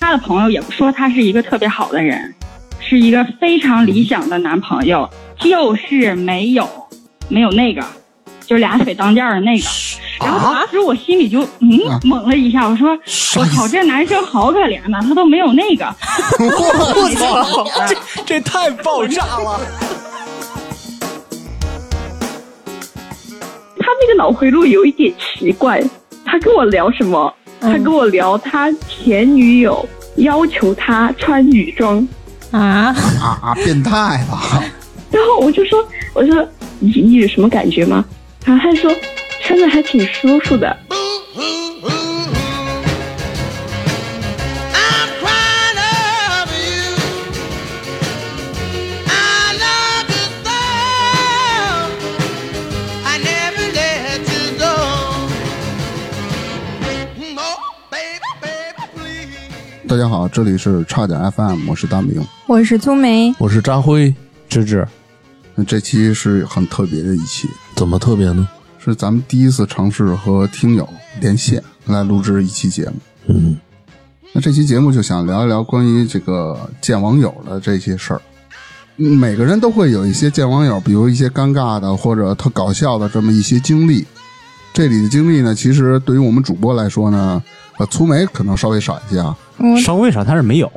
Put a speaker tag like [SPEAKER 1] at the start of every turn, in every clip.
[SPEAKER 1] 的朋友也说他是一个特别好的人，是一个非常理想的男朋友，就是没有没有那个，就是俩腿当间儿的那个。然后
[SPEAKER 2] 啊
[SPEAKER 1] 当时我心里就嗯
[SPEAKER 2] 啊
[SPEAKER 1] 懵了一下，我说
[SPEAKER 2] 啥
[SPEAKER 1] 我
[SPEAKER 2] 意思
[SPEAKER 1] 靠，这男生好可怜呐，他都没有那个。
[SPEAKER 2] 我操， 这这太爆炸了！
[SPEAKER 3] 他那个脑回路有一点奇怪，他跟我聊什么？他跟我聊他前女友要求他穿女装，
[SPEAKER 4] 啊，
[SPEAKER 2] 啊，变态吧？
[SPEAKER 3] 然后我就说，我说你你有什么感觉吗？然后他说穿的还挺舒服的。
[SPEAKER 5] I'm crying over you. I love you so. I never let you go. Oh, baby, baby, please.
[SPEAKER 2] 大家好，这里是差点 FM，我是大明。
[SPEAKER 4] 我是粗梅，
[SPEAKER 6] 我是扎辉，芝芝，
[SPEAKER 2] 那这期是很特别的一期，
[SPEAKER 6] 怎么特别呢？
[SPEAKER 2] 是咱们第一次尝试和听友连线来录制一期节目。
[SPEAKER 6] 嗯，
[SPEAKER 2] 那这期节目就想聊一聊关于这个见网友的这些事儿。嗯每个人都会有一些见网友，比如一些尴尬的或者特搞笑的这么一些经历。这里的经历呢，其实对于我们主播来说呢，呃，粗眉可能稍微少一些啊
[SPEAKER 4] 我
[SPEAKER 7] 稍微少他是没有，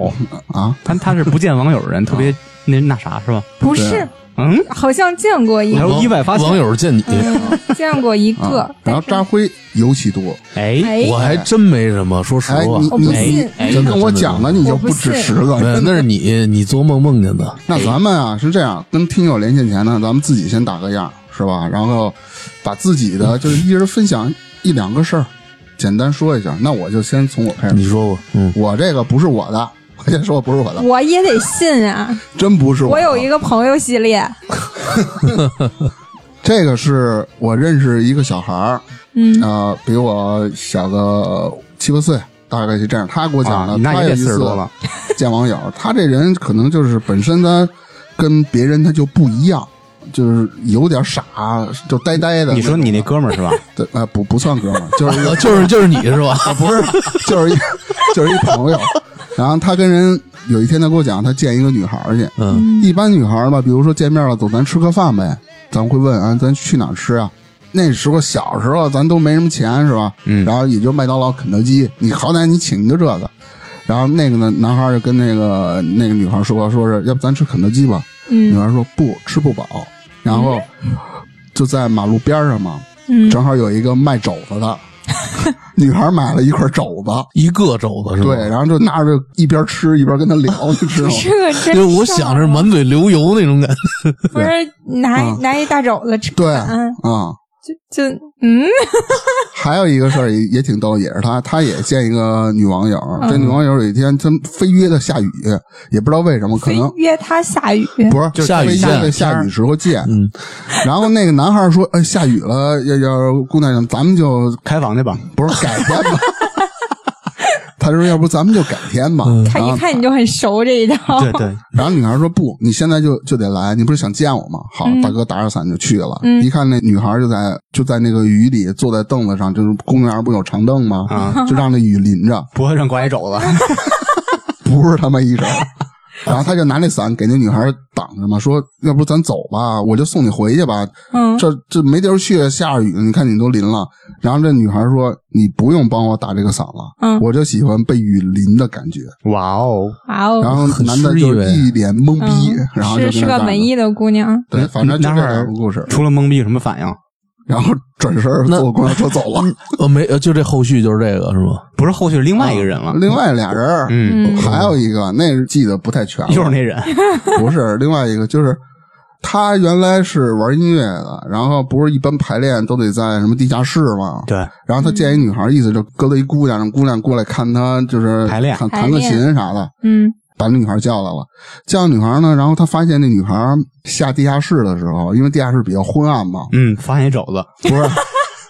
[SPEAKER 2] 啊，
[SPEAKER 7] 他他是不见网友人，特别那那啥是吧？
[SPEAKER 4] 不
[SPEAKER 2] 对哦
[SPEAKER 4] 是，
[SPEAKER 7] 嗯，
[SPEAKER 4] 好像见过一
[SPEAKER 7] 还
[SPEAKER 4] 个，
[SPEAKER 7] 有意外发现
[SPEAKER 6] 网友见你，
[SPEAKER 4] 见过一
[SPEAKER 2] 啊
[SPEAKER 4] 个，
[SPEAKER 2] 然后扎辉尤其多。
[SPEAKER 7] 哎，
[SPEAKER 4] 哎，
[SPEAKER 6] 我还真没什么。说实
[SPEAKER 2] 哎，
[SPEAKER 6] 话，
[SPEAKER 2] 你
[SPEAKER 4] 我不
[SPEAKER 2] 你
[SPEAKER 4] 信
[SPEAKER 2] 你跟我讲了，你就不止十个。
[SPEAKER 6] 没有
[SPEAKER 2] 真的
[SPEAKER 6] 那是你你做梦梦见的。
[SPEAKER 2] 那咱们啊是这样，跟听友连线前呢，咱们自己先打个样，是吧？然后把自己的就是一人分享一两个事儿，简单说一下。那我就先从我开始，
[SPEAKER 6] 你说吧，嗯，
[SPEAKER 2] 我这个不是我的，我先说不是我的，
[SPEAKER 4] 我也得信啊！
[SPEAKER 2] 真不是
[SPEAKER 4] 我
[SPEAKER 2] 的
[SPEAKER 4] 有一个朋友系列，
[SPEAKER 2] 这个是我认识一个小孩儿，
[SPEAKER 4] 嗯
[SPEAKER 2] 呃，比我小个七八岁，大概是这样。他给我讲
[SPEAKER 7] 啊
[SPEAKER 2] 的，，
[SPEAKER 7] 你那
[SPEAKER 2] 他
[SPEAKER 7] 也
[SPEAKER 2] 有
[SPEAKER 7] 得
[SPEAKER 2] 一
[SPEAKER 7] 四
[SPEAKER 2] 次
[SPEAKER 7] 十多了，
[SPEAKER 2] 见网友，他这人可能就是本身他跟别人他就不一样，就是有点傻，就呆呆的。
[SPEAKER 7] 你说你那哥们儿是 吧？
[SPEAKER 2] 对，呃，不不算哥们儿，就是一个
[SPEAKER 6] 我啊就是就是你是吧？
[SPEAKER 7] 啊
[SPEAKER 6] 不 是，
[SPEAKER 2] 就是一 就是一朋友。然后他跟人有一天，他给我讲，他见一个女孩儿去。
[SPEAKER 6] 嗯，
[SPEAKER 2] 一般女孩儿吧，比如说见面了，走，咱吃个饭呗。咱会问啊，咱去哪儿吃啊？那时候小时候咱都没什么钱是吧？
[SPEAKER 7] 嗯
[SPEAKER 2] 然后也就麦当劳、肯德基，你好歹你请一个这个。然后那个呢，男孩儿就跟那个那个女孩儿说，说是要不咱吃肯德基吧？女
[SPEAKER 4] 嗯
[SPEAKER 2] 孩儿说不吃不饱。然后就在马路边儿上嘛，
[SPEAKER 4] 嗯，
[SPEAKER 2] 正好有一个卖肘 子的，女孩买了一块肘子，
[SPEAKER 6] 一个肘子是吧？
[SPEAKER 2] 对，然后就拿着一边吃一边跟他 聊，你知道吗？
[SPEAKER 4] 这个真
[SPEAKER 6] 因为我
[SPEAKER 4] 事儿
[SPEAKER 6] 想着满嘴流油那种感觉。
[SPEAKER 4] 不是拿
[SPEAKER 2] 嗯
[SPEAKER 4] 拿一大肘子吃，
[SPEAKER 2] 对，
[SPEAKER 4] 嗯
[SPEAKER 2] 啊，
[SPEAKER 4] 就嗯
[SPEAKER 2] 还有一个事儿也也挺逗，也是他，他也见一个女网友，
[SPEAKER 4] 嗯
[SPEAKER 2] 这女网友有一天真非约的下雨，也不知道为什么，可
[SPEAKER 4] 非
[SPEAKER 2] 能
[SPEAKER 4] 约他下雨，
[SPEAKER 2] 不是
[SPEAKER 6] 就是下雨
[SPEAKER 2] 非约
[SPEAKER 6] 见
[SPEAKER 2] 在下雨时候见。
[SPEAKER 6] 嗯，
[SPEAKER 2] 然后那个男孩说：“哎，下雨了，要要姑娘，咱们就
[SPEAKER 7] 开房去吧，
[SPEAKER 2] 不是改天吧。” 他说：“要不咱们就改天吧。
[SPEAKER 6] 嗯
[SPEAKER 4] 看
[SPEAKER 2] 然后
[SPEAKER 4] 一看你就很熟这一招，
[SPEAKER 2] 哦
[SPEAKER 7] 对对，
[SPEAKER 2] 然后女孩说：“不，你现在就就得来，你不是想见我吗？”好，
[SPEAKER 4] 嗯
[SPEAKER 2] 大哥打着伞就去了。
[SPEAKER 4] 嗯
[SPEAKER 2] 一看那女孩就在就在那个雨里坐在凳子上，就是公园不有长凳吗？
[SPEAKER 7] 啊
[SPEAKER 2] 就让那雨淋着，
[SPEAKER 7] 脖子上挂一肘子，
[SPEAKER 2] 不是他妈一手。 然后他就拿那伞给那女孩挡着嘛，说：“要不咱走吧，我就送你回去吧。
[SPEAKER 4] 嗯
[SPEAKER 2] 这这没地儿去，下着雨，你看你都淋了。”然后这女孩说：“你不用帮我打这个伞了，
[SPEAKER 4] 嗯
[SPEAKER 2] 我就喜欢被雨淋的感觉。”
[SPEAKER 7] 哇哦，
[SPEAKER 4] 哇
[SPEAKER 2] 然
[SPEAKER 4] 哦，
[SPEAKER 2] 后
[SPEAKER 6] 很
[SPEAKER 2] 男的
[SPEAKER 6] 诗意
[SPEAKER 2] 就
[SPEAKER 6] 呗
[SPEAKER 2] 一脸懵逼，
[SPEAKER 4] 嗯
[SPEAKER 2] 然后就是跟
[SPEAKER 4] 是
[SPEAKER 2] 那
[SPEAKER 4] 个
[SPEAKER 2] 站着
[SPEAKER 4] 文艺的姑娘，
[SPEAKER 2] 对，反正就这
[SPEAKER 7] 嗯男孩
[SPEAKER 2] 两
[SPEAKER 7] 儿
[SPEAKER 2] 个故事，
[SPEAKER 7] 除了懵逼有什么反应？
[SPEAKER 2] 然后转身儿
[SPEAKER 6] 那
[SPEAKER 2] 坐公交车走
[SPEAKER 7] 嗯
[SPEAKER 2] 了。
[SPEAKER 6] 呃，没，呃就这后续就是这个是吗？啊
[SPEAKER 7] 不是后续是另外一个人了，
[SPEAKER 2] 另外俩人儿，
[SPEAKER 7] 嗯，
[SPEAKER 4] 嗯
[SPEAKER 2] 还有一个那是记得不太全了，
[SPEAKER 7] 又是那人，
[SPEAKER 2] 不是另外一个就是。他原来是玩音乐的，然后不是一般排练都得在什么地下室嘛？
[SPEAKER 7] 对，
[SPEAKER 2] 然后他见一女孩，意思就搁了一姑娘，让姑娘过来看他，就是
[SPEAKER 7] 排练
[SPEAKER 2] 弹弹个
[SPEAKER 4] 排练
[SPEAKER 2] 琴啥的。
[SPEAKER 4] 嗯
[SPEAKER 2] 把那女孩叫来了，叫那女孩呢，然后他发现那女孩下地下室的时候，因为地下室比较昏暗嘛，
[SPEAKER 7] 嗯，发现一肘子
[SPEAKER 2] 不是，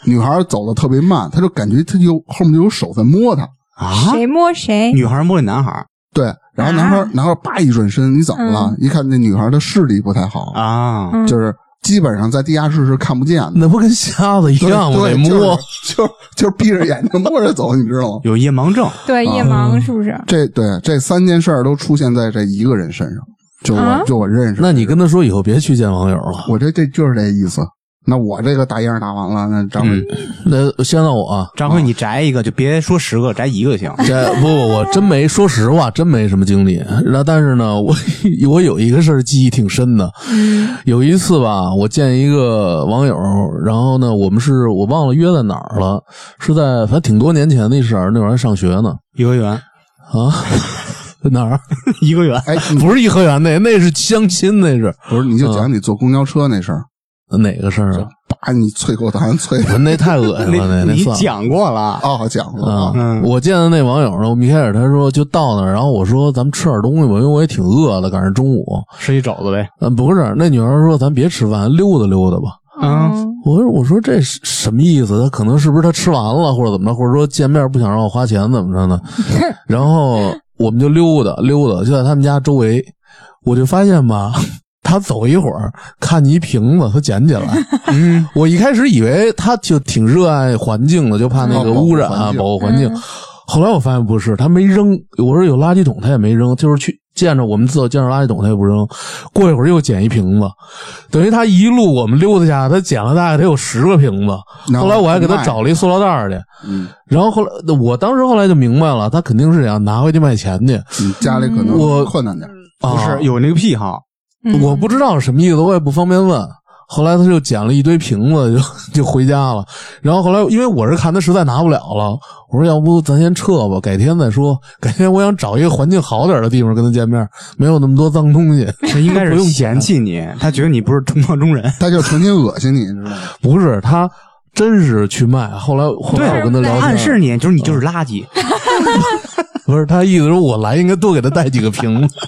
[SPEAKER 2] 女孩走的特别慢，他就感觉他就后面就有手在摸他，
[SPEAKER 7] 啊，
[SPEAKER 4] 谁摸谁，
[SPEAKER 7] 女孩摸这男孩儿
[SPEAKER 2] 对，然后男孩、
[SPEAKER 4] 啊
[SPEAKER 2] 男孩叭一转身，你怎么了？一看那女孩的视力不太好，
[SPEAKER 7] 啊，
[SPEAKER 4] 嗯
[SPEAKER 2] 就是基本上在地下室是看不见的。
[SPEAKER 6] 那不跟瞎子一样吗？
[SPEAKER 2] 对
[SPEAKER 6] 得摸，
[SPEAKER 2] 对就是就是就是闭着眼睛摸着走，你知道吗？
[SPEAKER 7] 有夜盲症，
[SPEAKER 4] 对，夜
[SPEAKER 2] 啊
[SPEAKER 4] 盲是不是？
[SPEAKER 2] 这对这三件事儿都出现在这一个人身上，就我、
[SPEAKER 4] 啊
[SPEAKER 2] 就我认识的，
[SPEAKER 6] 那你跟他说以后别去见网友了。
[SPEAKER 2] 我这这就是这意思。那我这个打样打完了，那张伟、
[SPEAKER 7] 嗯
[SPEAKER 6] 那先到我啊，
[SPEAKER 7] 张辉，你摘一个，就别说十个，摘一个就行。
[SPEAKER 6] 这不不，我真没，说实话，真没什么经历。那但是呢，我 我有一个事儿记忆挺深的。有一次吧，我见一个网友，然后呢，我们是我忘了约在哪儿了，是在反正挺多年前的事儿，那会儿还上学呢
[SPEAKER 7] 颐和园，
[SPEAKER 6] 啊， 在哪儿？
[SPEAKER 7] 颐和园，
[SPEAKER 2] 哎，你
[SPEAKER 6] 不是颐和园那，那是相亲，那是
[SPEAKER 2] 不是你就
[SPEAKER 7] 嗯
[SPEAKER 2] 讲你坐公交车那事儿，
[SPEAKER 6] 哪个事儿啊？
[SPEAKER 2] 把你啐口痰啐
[SPEAKER 6] 不
[SPEAKER 2] 的。
[SPEAKER 6] 是那太恶 心了，哎那那
[SPEAKER 7] 你
[SPEAKER 6] 算了。
[SPEAKER 7] 讲过了，
[SPEAKER 2] 哦，讲过
[SPEAKER 6] 啊
[SPEAKER 2] 啊，，
[SPEAKER 7] 嗯
[SPEAKER 6] 我见的那网友呢，我们一开始他说就到那儿，然后我说咱们吃点东西吧，因为我也挺饿的，赶上中午。
[SPEAKER 7] 是一肘子呗。
[SPEAKER 6] 嗯，不是，那女孩说咱别吃饭，溜达溜达吧。
[SPEAKER 7] 啊
[SPEAKER 4] 嗯，
[SPEAKER 6] 我说我说这是什么意思？她可能是不是她吃完了或者怎么着，或者说见面不想让我花钱怎么着 呢？然后我们就溜达溜达，就在他们家周围，我就发现吧， 她走一会儿看你一瓶子，她捡起 来。
[SPEAKER 7] 嗯，
[SPEAKER 6] 我一开始以为她就挺热爱环境的，就怕那个
[SPEAKER 2] 哦保护
[SPEAKER 6] 污染
[SPEAKER 2] 环
[SPEAKER 6] 啊，
[SPEAKER 2] 境
[SPEAKER 6] 保护环境
[SPEAKER 4] 嗯。
[SPEAKER 6] 后来我发现不是，她没扔。我说有垃圾桶，她也没扔，就是去见着我们自己见着垃圾桶，她也不扔。过一会儿又捡一瓶子，等于她一路我们溜达下，来，她捡了大概得有十个瓶子。
[SPEAKER 2] 然
[SPEAKER 6] 后来我还给她
[SPEAKER 2] 卖
[SPEAKER 6] 找了一塑料袋儿去，
[SPEAKER 2] 嗯，
[SPEAKER 6] 然后后来我当时后来就明白了，她肯定是想拿回去卖钱去。
[SPEAKER 2] 你嗯家里可能
[SPEAKER 6] 我
[SPEAKER 2] 困难点儿，
[SPEAKER 6] 啊
[SPEAKER 7] 不是有那个癖好，
[SPEAKER 4] 嗯
[SPEAKER 6] 我不知道是什么意思，我也不方便问。后来他就捡了一堆瓶子， 就就回家了。然后后来，因为我是看他实在拿不了了，我说要不咱先撤吧，改天再说。改天我想找一个环境好点的地方跟他见面，没有那么多脏东西。
[SPEAKER 7] 他应该是嫌弃你，他觉得你不是同道 中人。
[SPEAKER 2] 他就纯心恶心你，你知道吗？
[SPEAKER 6] 不是他真是去卖。后来后来我跟他聊天，
[SPEAKER 7] 暗示你就是你就是垃圾。
[SPEAKER 6] 不是他意思说我来应该多给他带几个瓶子。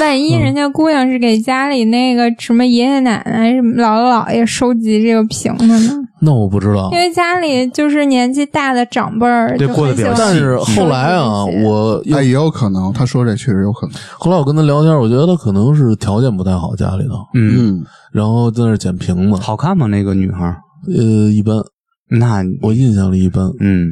[SPEAKER 4] 万一人家姑娘是给家里那个什么爷爷奶奶、什么姥姥姥爷收集这个瓶子呢？
[SPEAKER 6] 那我不知道
[SPEAKER 4] 因。为家里就是年纪大的长辈儿，
[SPEAKER 7] 对
[SPEAKER 4] 就
[SPEAKER 7] 过得
[SPEAKER 4] 很
[SPEAKER 7] 比较
[SPEAKER 4] 喜欢
[SPEAKER 6] 呃但是后来啊，
[SPEAKER 4] 收集这些
[SPEAKER 6] 我又
[SPEAKER 2] 哎，也有可能，他说这确实有可能。
[SPEAKER 6] 后来我跟他聊天，我觉得他可能是条件不太好，家里头，
[SPEAKER 7] 嗯，
[SPEAKER 2] 嗯，
[SPEAKER 6] 然后在那儿捡瓶子。
[SPEAKER 7] 好看吗？那个女孩儿？
[SPEAKER 6] 呃，一般，
[SPEAKER 7] 那
[SPEAKER 6] 我印象里一般。
[SPEAKER 7] 嗯，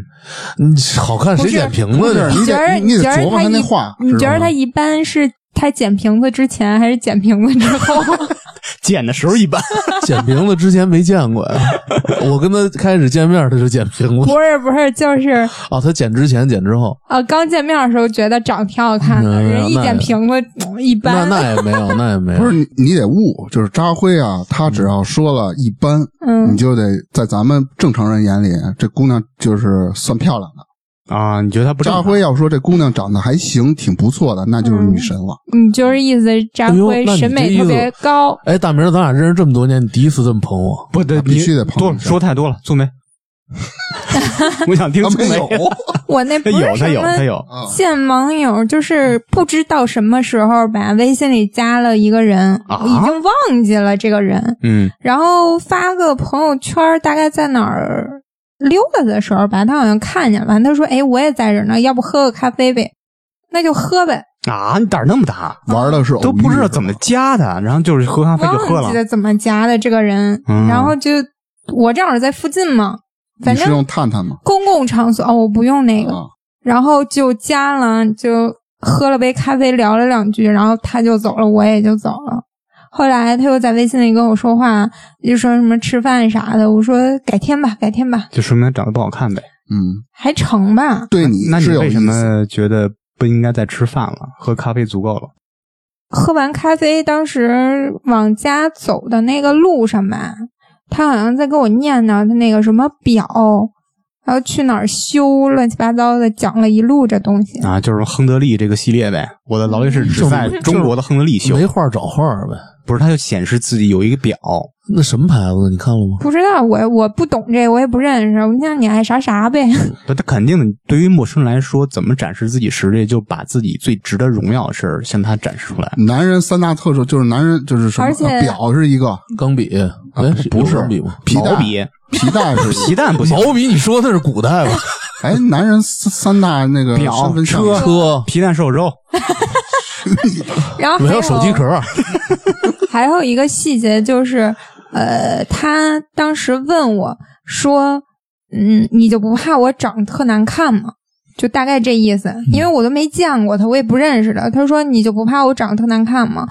[SPEAKER 6] 嗯，好看谁
[SPEAKER 4] 不是
[SPEAKER 6] 捡瓶
[SPEAKER 2] 不
[SPEAKER 6] 子
[SPEAKER 2] 是
[SPEAKER 6] 呢？
[SPEAKER 2] 你
[SPEAKER 4] 觉
[SPEAKER 2] 得
[SPEAKER 4] 得
[SPEAKER 2] 你得
[SPEAKER 4] 觉得
[SPEAKER 2] 琢磨
[SPEAKER 4] 他
[SPEAKER 2] 他那
[SPEAKER 4] 一
[SPEAKER 2] 话，
[SPEAKER 4] 你觉得
[SPEAKER 2] 知道
[SPEAKER 4] 他
[SPEAKER 2] 吗
[SPEAKER 4] 一般是他捡瓶子之前还是捡瓶子之 后？
[SPEAKER 7] 剪的时候一般。
[SPEAKER 6] 捡瓶子之前没见过呀。我跟他开始见面，他就捡瓶子。
[SPEAKER 4] 不是不是，就是
[SPEAKER 6] 哦，他捡之前，捡之后，
[SPEAKER 4] 呃刚见面的时候觉得长挺好看的，
[SPEAKER 6] 嗯
[SPEAKER 4] 人一
[SPEAKER 6] 那
[SPEAKER 4] 捡瓶子嗯一
[SPEAKER 6] 那
[SPEAKER 4] 般。
[SPEAKER 6] 那也没 有，那也没有。
[SPEAKER 2] 不是你你得悟，就是扎辉啊，他只要说了一般，
[SPEAKER 4] 嗯
[SPEAKER 2] 你，就得在咱们正常人眼里，这姑娘就是算漂亮的。
[SPEAKER 7] 啊，你觉得他不正
[SPEAKER 2] 扎
[SPEAKER 7] 常
[SPEAKER 2] 辉要说这姑娘长得还行，挺不错的，那就是女神了。
[SPEAKER 4] 你就是意思扎
[SPEAKER 6] 哎呦
[SPEAKER 4] 辉
[SPEAKER 6] 那你
[SPEAKER 4] 审
[SPEAKER 6] 这
[SPEAKER 4] 美
[SPEAKER 6] 意
[SPEAKER 4] 特
[SPEAKER 6] 思
[SPEAKER 4] 别高，
[SPEAKER 6] 哎，大明儿，咱俩认识这么多年，你第一次这么捧我，
[SPEAKER 7] 不对，
[SPEAKER 2] 必须
[SPEAKER 7] 你
[SPEAKER 2] 得碰
[SPEAKER 7] 多
[SPEAKER 2] 一下
[SPEAKER 7] 说太多了，苏梅。我想听
[SPEAKER 2] 啊
[SPEAKER 7] 苏梅。
[SPEAKER 4] 我那不
[SPEAKER 7] 他
[SPEAKER 4] 是
[SPEAKER 7] 有，他
[SPEAKER 4] 什
[SPEAKER 7] 有，
[SPEAKER 4] 么
[SPEAKER 7] 他有。
[SPEAKER 2] 啊
[SPEAKER 4] 见网友就是不知道什么时候吧，微信里加了一个人，
[SPEAKER 7] 啊
[SPEAKER 4] 我已经忘记了这个人，
[SPEAKER 7] 嗯，
[SPEAKER 4] 然后发个朋友圈儿，大概在哪儿溜达的时候吧，他好像看见了，完他说：“哎，我也在这儿呢，要不喝个咖啡呗？”那就喝呗，
[SPEAKER 7] 啊，你胆儿那么大，
[SPEAKER 2] 玩的是偶遇
[SPEAKER 7] 都不知道怎么加的，然后就是喝咖啡就喝
[SPEAKER 4] 忘
[SPEAKER 7] 了
[SPEAKER 4] 记。了怎么加的这个人，
[SPEAKER 7] 嗯
[SPEAKER 4] 然后就我正好在附近嘛，反
[SPEAKER 2] 你是
[SPEAKER 4] 正
[SPEAKER 2] 用探探吗？
[SPEAKER 4] 公共场所哦，我不用那个，
[SPEAKER 2] 啊，
[SPEAKER 4] 然后就加了，就喝了杯咖啡，聊了两句，然后他就走了，我也就走了。后来他又在微信里跟我说话，就说什么吃饭啥的，我说改天吧，改天吧，
[SPEAKER 7] 就说明长得不好看呗。
[SPEAKER 2] 嗯，
[SPEAKER 4] 还成吧。
[SPEAKER 2] 对你
[SPEAKER 7] 那你
[SPEAKER 2] 是有
[SPEAKER 7] 为什
[SPEAKER 2] 意思
[SPEAKER 7] 么觉得不应该再吃饭了？喝咖啡足够了。
[SPEAKER 4] 喝完咖啡，当时往家走的那个路上吧，他好像在跟我念叨他那个什么表，然后去哪儿修，乱七八糟的讲了一路这东西。
[SPEAKER 7] 啊，就是亨德利这个系列呗。我的劳力士
[SPEAKER 2] 嗯
[SPEAKER 7] 只在中国的亨德利秀，
[SPEAKER 6] 没话找话呗。
[SPEAKER 7] 不是，它就显示自己有一个表，
[SPEAKER 6] 那什么牌子？你看了吗？
[SPEAKER 4] 不知道我我不懂这，我也不认识。我那你爱啥啥呗。
[SPEAKER 7] 不，它肯定的对于陌生人来说，怎么展示自己实力，就把自己最值得荣耀的事儿向他展示出来。
[SPEAKER 2] 男人三大特征就是男人就是什么？
[SPEAKER 4] 而且
[SPEAKER 2] 啊表是一个，
[SPEAKER 6] 钢笔？哎，
[SPEAKER 2] 不是
[SPEAKER 6] 有钢笔吗？
[SPEAKER 2] 皮
[SPEAKER 7] 毛
[SPEAKER 2] 带，
[SPEAKER 7] 笔、
[SPEAKER 2] 皮带是一
[SPEAKER 7] 皮
[SPEAKER 2] 个。
[SPEAKER 7] 蛋不行，
[SPEAKER 6] 毛笔？你说那是古代吧？
[SPEAKER 2] 哎，男人三三大那个
[SPEAKER 7] 表
[SPEAKER 2] 身份象
[SPEAKER 7] 车
[SPEAKER 2] 征
[SPEAKER 6] 车
[SPEAKER 7] 皮蛋瘦肉
[SPEAKER 4] 然后还
[SPEAKER 6] 没有手机壳儿，
[SPEAKER 4] 还有一个细节就是，呃，他当时问我说：“嗯，你就不怕我长得特难看吗？”就大概这意
[SPEAKER 2] 嗯
[SPEAKER 4] 思，因为我都没见过他，我也不认识他。他说：“你就不怕我长得特难看吗？”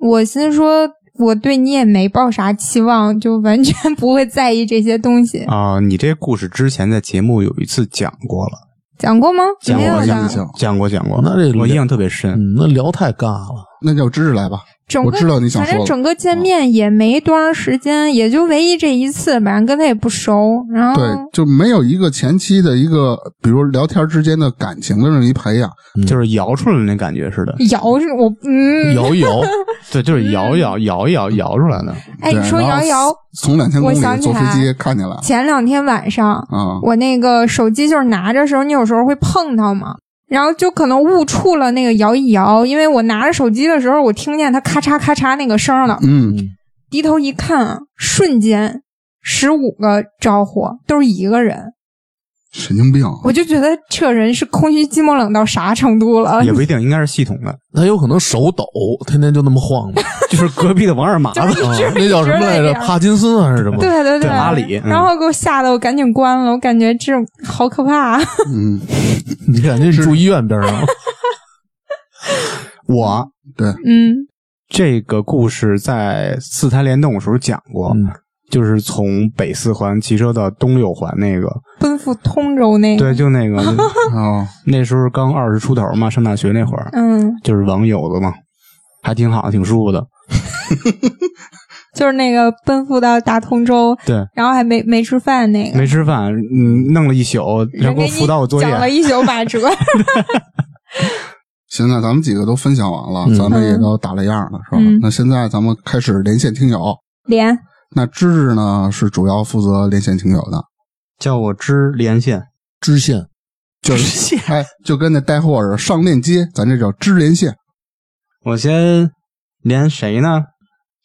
[SPEAKER 4] 我心说，我对你也没抱啥期望，就完全不会在意这些东西。
[SPEAKER 7] 啊、你这故事之前在节目有一次讲过了，
[SPEAKER 4] 讲过吗？
[SPEAKER 7] 讲
[SPEAKER 4] 没
[SPEAKER 7] 过
[SPEAKER 4] 有
[SPEAKER 2] 印
[SPEAKER 4] 的。
[SPEAKER 2] 象，
[SPEAKER 7] 讲过讲过，
[SPEAKER 6] 那这
[SPEAKER 7] 我印象特别深。
[SPEAKER 6] 嗯，那聊太尬 了。
[SPEAKER 2] 那就芝芝来吧。
[SPEAKER 4] 整个
[SPEAKER 2] 我知道你想
[SPEAKER 4] 反正
[SPEAKER 2] 说的嗯
[SPEAKER 4] 整个见面也没多长时间，也就唯一这一次，反正跟他也不熟。然后
[SPEAKER 2] 对，就没有一个前期的一个，比如聊天之间的感情的这么一培养。
[SPEAKER 6] 嗯
[SPEAKER 7] 就是摇出来的那感觉似的，
[SPEAKER 4] 摇是我 嗯，
[SPEAKER 6] 摇一摇，
[SPEAKER 7] 对，就是摇一摇摇一摇摇出来的。
[SPEAKER 4] 哎，你
[SPEAKER 2] 对
[SPEAKER 4] 说
[SPEAKER 2] 然
[SPEAKER 4] 摇
[SPEAKER 2] 后
[SPEAKER 4] 一摇，
[SPEAKER 2] 从两千公
[SPEAKER 4] 我
[SPEAKER 2] 里
[SPEAKER 4] 想起
[SPEAKER 2] 坐
[SPEAKER 4] 来
[SPEAKER 2] 飞机看见了
[SPEAKER 4] 前两天晚上
[SPEAKER 2] 啊，
[SPEAKER 4] 我那个手机就是拿着的时候，你有时候会碰到嘛，然后就可能误触了那个摇一摇，因为我拿着手机的时候，我听见它咔嚓咔嚓那个声儿了，
[SPEAKER 2] 嗯，
[SPEAKER 4] 低头一看，瞬间十五个招呼都是一个人，
[SPEAKER 2] 神经病啊，
[SPEAKER 4] 我就觉得这人是空虚寂寞冷到啥程度了
[SPEAKER 7] 也。不一定，应该是系统的，
[SPEAKER 6] 他有可能手抖，天天就那么晃吧。
[SPEAKER 7] 就是隔壁的王二麻子，
[SPEAKER 6] 啊，那叫什么来着？帕金森啊还是什么？
[SPEAKER 4] 对对对，
[SPEAKER 7] 阿里嗯
[SPEAKER 4] 然后给我吓得我赶紧关了，我感觉这种好可怕、啊
[SPEAKER 2] 嗯，
[SPEAKER 6] 你感觉你住医院边上，
[SPEAKER 7] 我
[SPEAKER 2] 对，
[SPEAKER 4] 嗯
[SPEAKER 7] 这个故事在四台联动的时候讲过，
[SPEAKER 6] 嗯
[SPEAKER 7] 就是从北四环骑车到东六环那个，
[SPEAKER 4] 奔赴通州那个，
[SPEAKER 7] 对，就那个
[SPEAKER 2] 哦，
[SPEAKER 7] 那时候刚二十出头嘛，上大学那会儿，
[SPEAKER 4] 嗯，
[SPEAKER 7] 就是网友的嘛，还挺好，挺舒服的。
[SPEAKER 4] 就是那个奔赴到大通州，
[SPEAKER 7] 对，
[SPEAKER 4] 然后还没没吃饭那个，
[SPEAKER 7] 没吃饭，嗯，弄了一宿，然
[SPEAKER 4] 人
[SPEAKER 7] 后给
[SPEAKER 4] 给
[SPEAKER 7] 我
[SPEAKER 4] 你
[SPEAKER 7] 辅导我作业
[SPEAKER 4] 讲，了一宿打 折，
[SPEAKER 2] 行，那咱们几个都分享完了，
[SPEAKER 6] 嗯
[SPEAKER 2] 咱们也都打了样了，是吧？
[SPEAKER 4] 嗯
[SPEAKER 2] 那现在咱们开始连线听友。
[SPEAKER 4] 连
[SPEAKER 2] 那芝芝呢是主要负责连线听友的，
[SPEAKER 7] 叫我支连线，
[SPEAKER 6] 支线
[SPEAKER 2] 就是
[SPEAKER 7] 线。
[SPEAKER 2] 哎，就跟那带货似的，上链接，咱这叫支连线。
[SPEAKER 7] 我先连谁呢？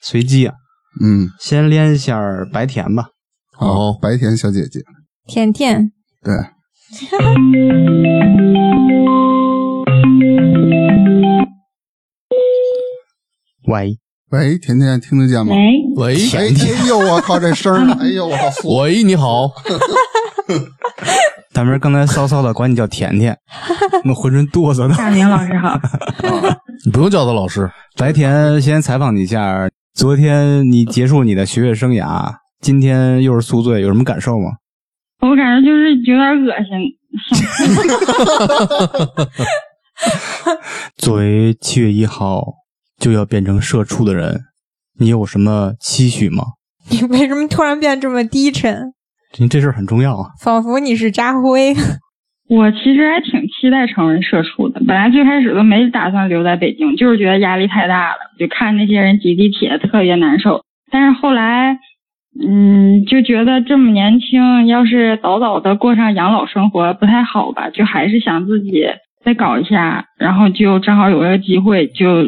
[SPEAKER 7] 随机啊，
[SPEAKER 2] 嗯，
[SPEAKER 7] 先连一下白甜吧。
[SPEAKER 2] 好，
[SPEAKER 6] 哦
[SPEAKER 2] 白甜小姐姐，
[SPEAKER 4] 甜甜，
[SPEAKER 2] 对，
[SPEAKER 7] 喂，
[SPEAKER 2] 喂，甜甜听得见吗？
[SPEAKER 1] 喂，
[SPEAKER 6] 喂
[SPEAKER 2] 哎哎呦，我靠，这声儿，哎呦，我靠，
[SPEAKER 6] 喂，你好，
[SPEAKER 7] 大明儿刚才骚骚的管你叫甜 甜，那浑身哆嗦的。
[SPEAKER 1] 大明老师好。
[SPEAKER 6] 你不用叫他老师，
[SPEAKER 7] 白甜，先采访你一下，昨天你结束你的学业生涯，今天又是宿醉，有什么感受吗？
[SPEAKER 1] 我感觉就是有点恶心，
[SPEAKER 7] 作为七月一号就要变成社畜的人，你有什么期许吗？
[SPEAKER 4] 你为什么突然变这么低沉？
[SPEAKER 7] 你这事儿很重要啊。
[SPEAKER 4] 仿佛你是渣辉，
[SPEAKER 1] 我其实还挺期待成为社畜的。本来最开始都没打算留在北京，就是觉得压力太大了，就看那些人挤地铁特别难受。但是后来，嗯，就觉得这么年轻，要是早早的过上养老生活不太好吧，就还是想自己再搞一下。然后就正好有这个机会，就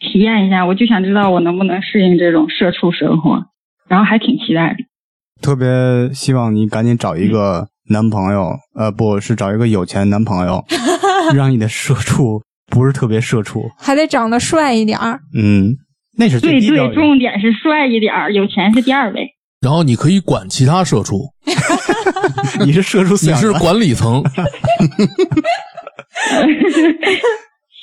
[SPEAKER 1] 体验一下。我就想知道我能不能适应这种社畜生活，然后还挺期待的。
[SPEAKER 7] 特别希望你赶紧找一个男朋友，呃，不是找一个有钱男朋友，让你的社畜不是特别社畜。
[SPEAKER 4] 还得长得帅一点儿。
[SPEAKER 7] 嗯，那是
[SPEAKER 1] 对
[SPEAKER 7] 最低调
[SPEAKER 1] 对，
[SPEAKER 7] 的
[SPEAKER 1] 重点是帅一点儿，有钱是第二位。
[SPEAKER 6] 然后你可以管其他社畜，
[SPEAKER 7] 你是社畜思
[SPEAKER 6] 你
[SPEAKER 7] 想
[SPEAKER 6] 是
[SPEAKER 7] 的，
[SPEAKER 6] 管理层，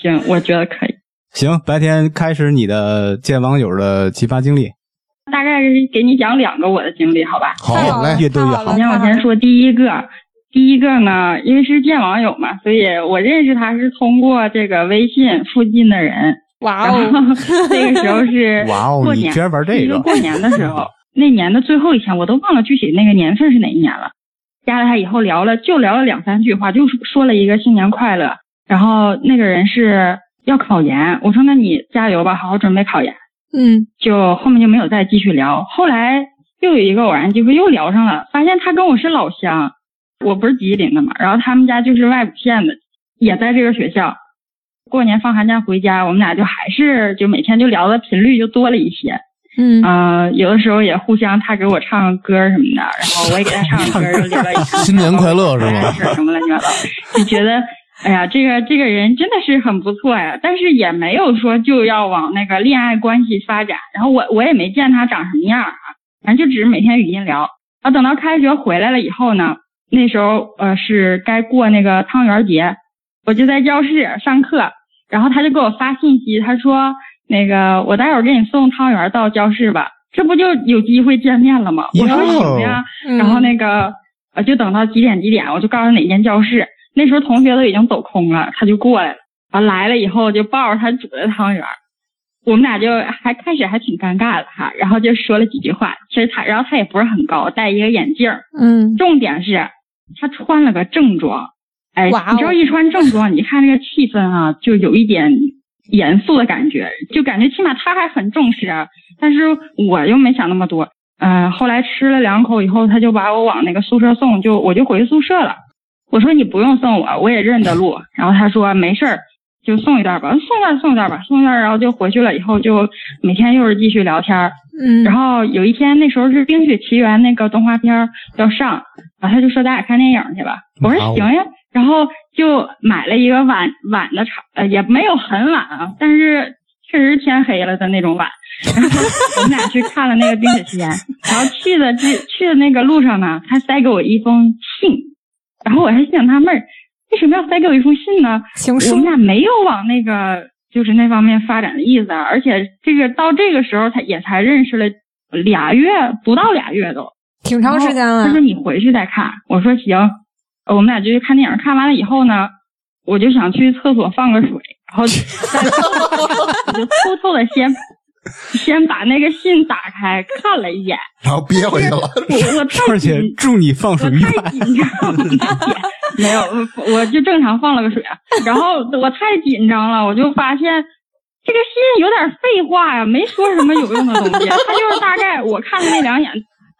[SPEAKER 1] 行，我觉得可以。
[SPEAKER 7] 行。白天开始你的见网友的奇葩经历，
[SPEAKER 1] 大概是给你讲两个我的经历，好吧？
[SPEAKER 2] 好
[SPEAKER 4] 太好了
[SPEAKER 2] 嘞，
[SPEAKER 7] 越多越
[SPEAKER 4] 太
[SPEAKER 7] 好
[SPEAKER 4] 了
[SPEAKER 1] 首先我先，说第一个，第一个呢，因为是见网友嘛，所以我认识他是通过这个微信附近的人。
[SPEAKER 4] 哇
[SPEAKER 1] 然
[SPEAKER 4] 哦，
[SPEAKER 1] 后 那个时候是
[SPEAKER 7] 哇哦
[SPEAKER 1] 过
[SPEAKER 7] 你
[SPEAKER 1] 年
[SPEAKER 7] 居然玩这
[SPEAKER 1] 是一
[SPEAKER 7] 个
[SPEAKER 1] 过年的时候，那年的最后一天，我都忘了具体那个年份是哪一年了。加了他以后聊了，就聊了两三句话，就说了一个新年快乐。然后那个人是要考研，我说那你加油吧，好好准备考研。
[SPEAKER 4] 嗯，
[SPEAKER 1] 就后面就没有再继续聊。后来又有一个偶然机会又聊上了，发现他跟我是老乡，我不是吉林的嘛，然后他们家就是外五县的，也在这个学校。过年放寒假回家，我们俩就还是就每天就聊的频率就多了一些，
[SPEAKER 4] 嗯，
[SPEAKER 1] 呃，有的时候也互相他给我唱歌什么的，然后我也给他唱歌，就聊了一
[SPEAKER 6] 新年快乐是吗？
[SPEAKER 1] 是什么乱七八糟，就觉得哎呀，这个这个人真的是很不错呀，但是也没有说就要往那个恋爱关系发展。然后我我也没见他长什么样啊，反正就只是每天语音聊。然后等到开学回来了以后呢，那时候呃是该过那个汤圆节，我就在教室上课，然后他就给我发信息，他说那个我待会儿给你送汤圆到教室吧，这不就有机会见面了吗？我说
[SPEAKER 7] 哟
[SPEAKER 1] 行呀，
[SPEAKER 4] 嗯
[SPEAKER 1] 然后那个我就等到几点几点，我就告诉他哪间教室。那时候同学都已经走空了，他就过来了。完来了以后就抱着他煮的汤圆儿，我们俩就还开始还挺尴尬的哈，然后就说了几句话。其实他，然后他也不是很高，戴一个眼镜儿，
[SPEAKER 4] 嗯，
[SPEAKER 1] 重点是他穿了个正装。哎，
[SPEAKER 4] 哇哦
[SPEAKER 1] 你知道一穿正装，你看那个气氛啊，就有一点严肃的感觉，就感觉起码他还很重视啊。但是我又没想那么多。呃，后来吃了两口以后，他就把我往那个宿舍送，就我就回宿舍了。我说你不用送我，我也认得路。然后他说没事儿，就送一段吧，送一段送一段吧，送一段。然后就回去了以后，就每天又是继续聊天儿。
[SPEAKER 4] 嗯，
[SPEAKER 1] 然后有一天，那时候是《冰雪奇缘》那个动画片儿要上，然后他就说咱俩看电影去吧。我
[SPEAKER 6] 哇
[SPEAKER 1] 说
[SPEAKER 6] 哦
[SPEAKER 1] 行呀，然后就买了一个晚晚的场，呃，也没有很晚啊，但是确实天黑了的那种晚。 然后我们俩去看了那个《冰雪奇缘》， 然后去的这去的那个路上呢，他塞给我一封信，然后我还想纳闷儿，为什么要塞给我一封信呢？
[SPEAKER 4] 情
[SPEAKER 1] 我
[SPEAKER 4] 书
[SPEAKER 1] 们，俩没有往那个就是那方面发展的意思啊，而且这个到这个时候才也才认识了俩月，不到俩月都。
[SPEAKER 4] 挺长时间了
[SPEAKER 1] 他，说你回去再看，我说行，呃我们俩就去看电影。看完了以后呢，我就想去厕所放个水，然后 再我就偷偷的先先把那个信打开看了一眼，
[SPEAKER 2] 然后憋回去了。
[SPEAKER 1] 我我太
[SPEAKER 7] 而且
[SPEAKER 1] 紧
[SPEAKER 7] 祝你放
[SPEAKER 1] 我
[SPEAKER 7] 水一
[SPEAKER 1] 太
[SPEAKER 7] 百，
[SPEAKER 1] 紧张了，没有，我我就正常放了个水，啊然后我太紧张了，我就发现这个信有点废话呀，没说什么有用的东西，啊他就是大概我看他那两眼，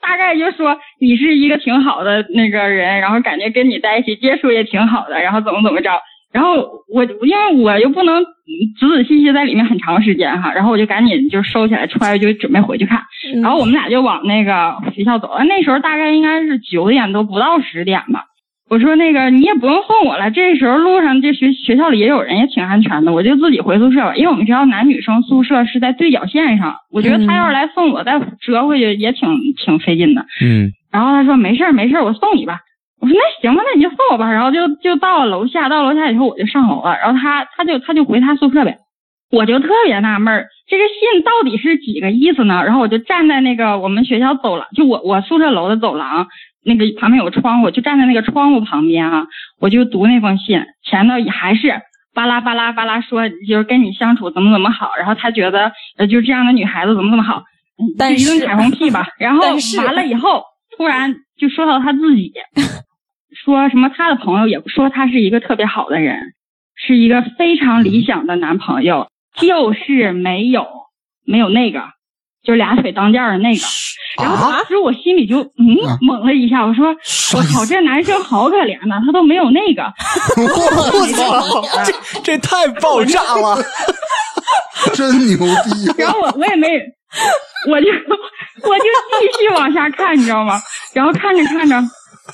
[SPEAKER 1] 大概就说你是一个挺好的那个人，然后感觉跟你在一起接触也挺好的，然后怎么怎么着。然后我因为我又不能仔仔细细在里面很长时间哈，然后我就赶紧就收起来揣就准备回去看。
[SPEAKER 4] 嗯
[SPEAKER 1] 然后我们俩就往那个学校走了。那时候大概应该是九点多，不到十点吧。我说那个你也不用送我了，这时候路上这学学校里也有人，也挺安全的，我就自己回宿舍吧。因为我们学校男女生宿舍是在对角线上，我觉得他要是来送我再折回去也挺挺费劲的。
[SPEAKER 7] 嗯，
[SPEAKER 1] 然后他说没事儿没事儿，我送你吧。我说那行吧，那你就送我吧。然后就就到楼下，到楼下以后我就上楼了。然后他他就他就回他宿舍呗。我就特别纳闷儿，这个信到底是几个意思呢？然后我就站在那个我们学校走廊，就我我宿舍楼的走廊，那个旁边有个窗户，我就站在那个窗户旁边啊，我就读那封信，前头也还是巴拉巴拉巴拉说，就是跟你相处怎么怎么好，然后他觉得呃就这样的女孩子怎么怎么好，嗯
[SPEAKER 4] 但
[SPEAKER 1] 就一顿
[SPEAKER 4] 是
[SPEAKER 1] 彩虹屁吧。然后
[SPEAKER 4] 但是
[SPEAKER 1] 完了以后，突然就说到他自己，说什么他的朋友也说他是一个特别好的人，是一个非常理想的男朋友，就是没有没有那个，就俩腿当间儿的那个。然后当时我心里就嗯
[SPEAKER 2] 啊
[SPEAKER 1] 懵了一下，我说我操，这男生好可怜呐，他都没有那个。
[SPEAKER 7] 我操，这这太爆炸了！
[SPEAKER 2] 真牛逼！
[SPEAKER 1] 然后我我也没，我就我就继续往下看，你知道吗？然后看着看着，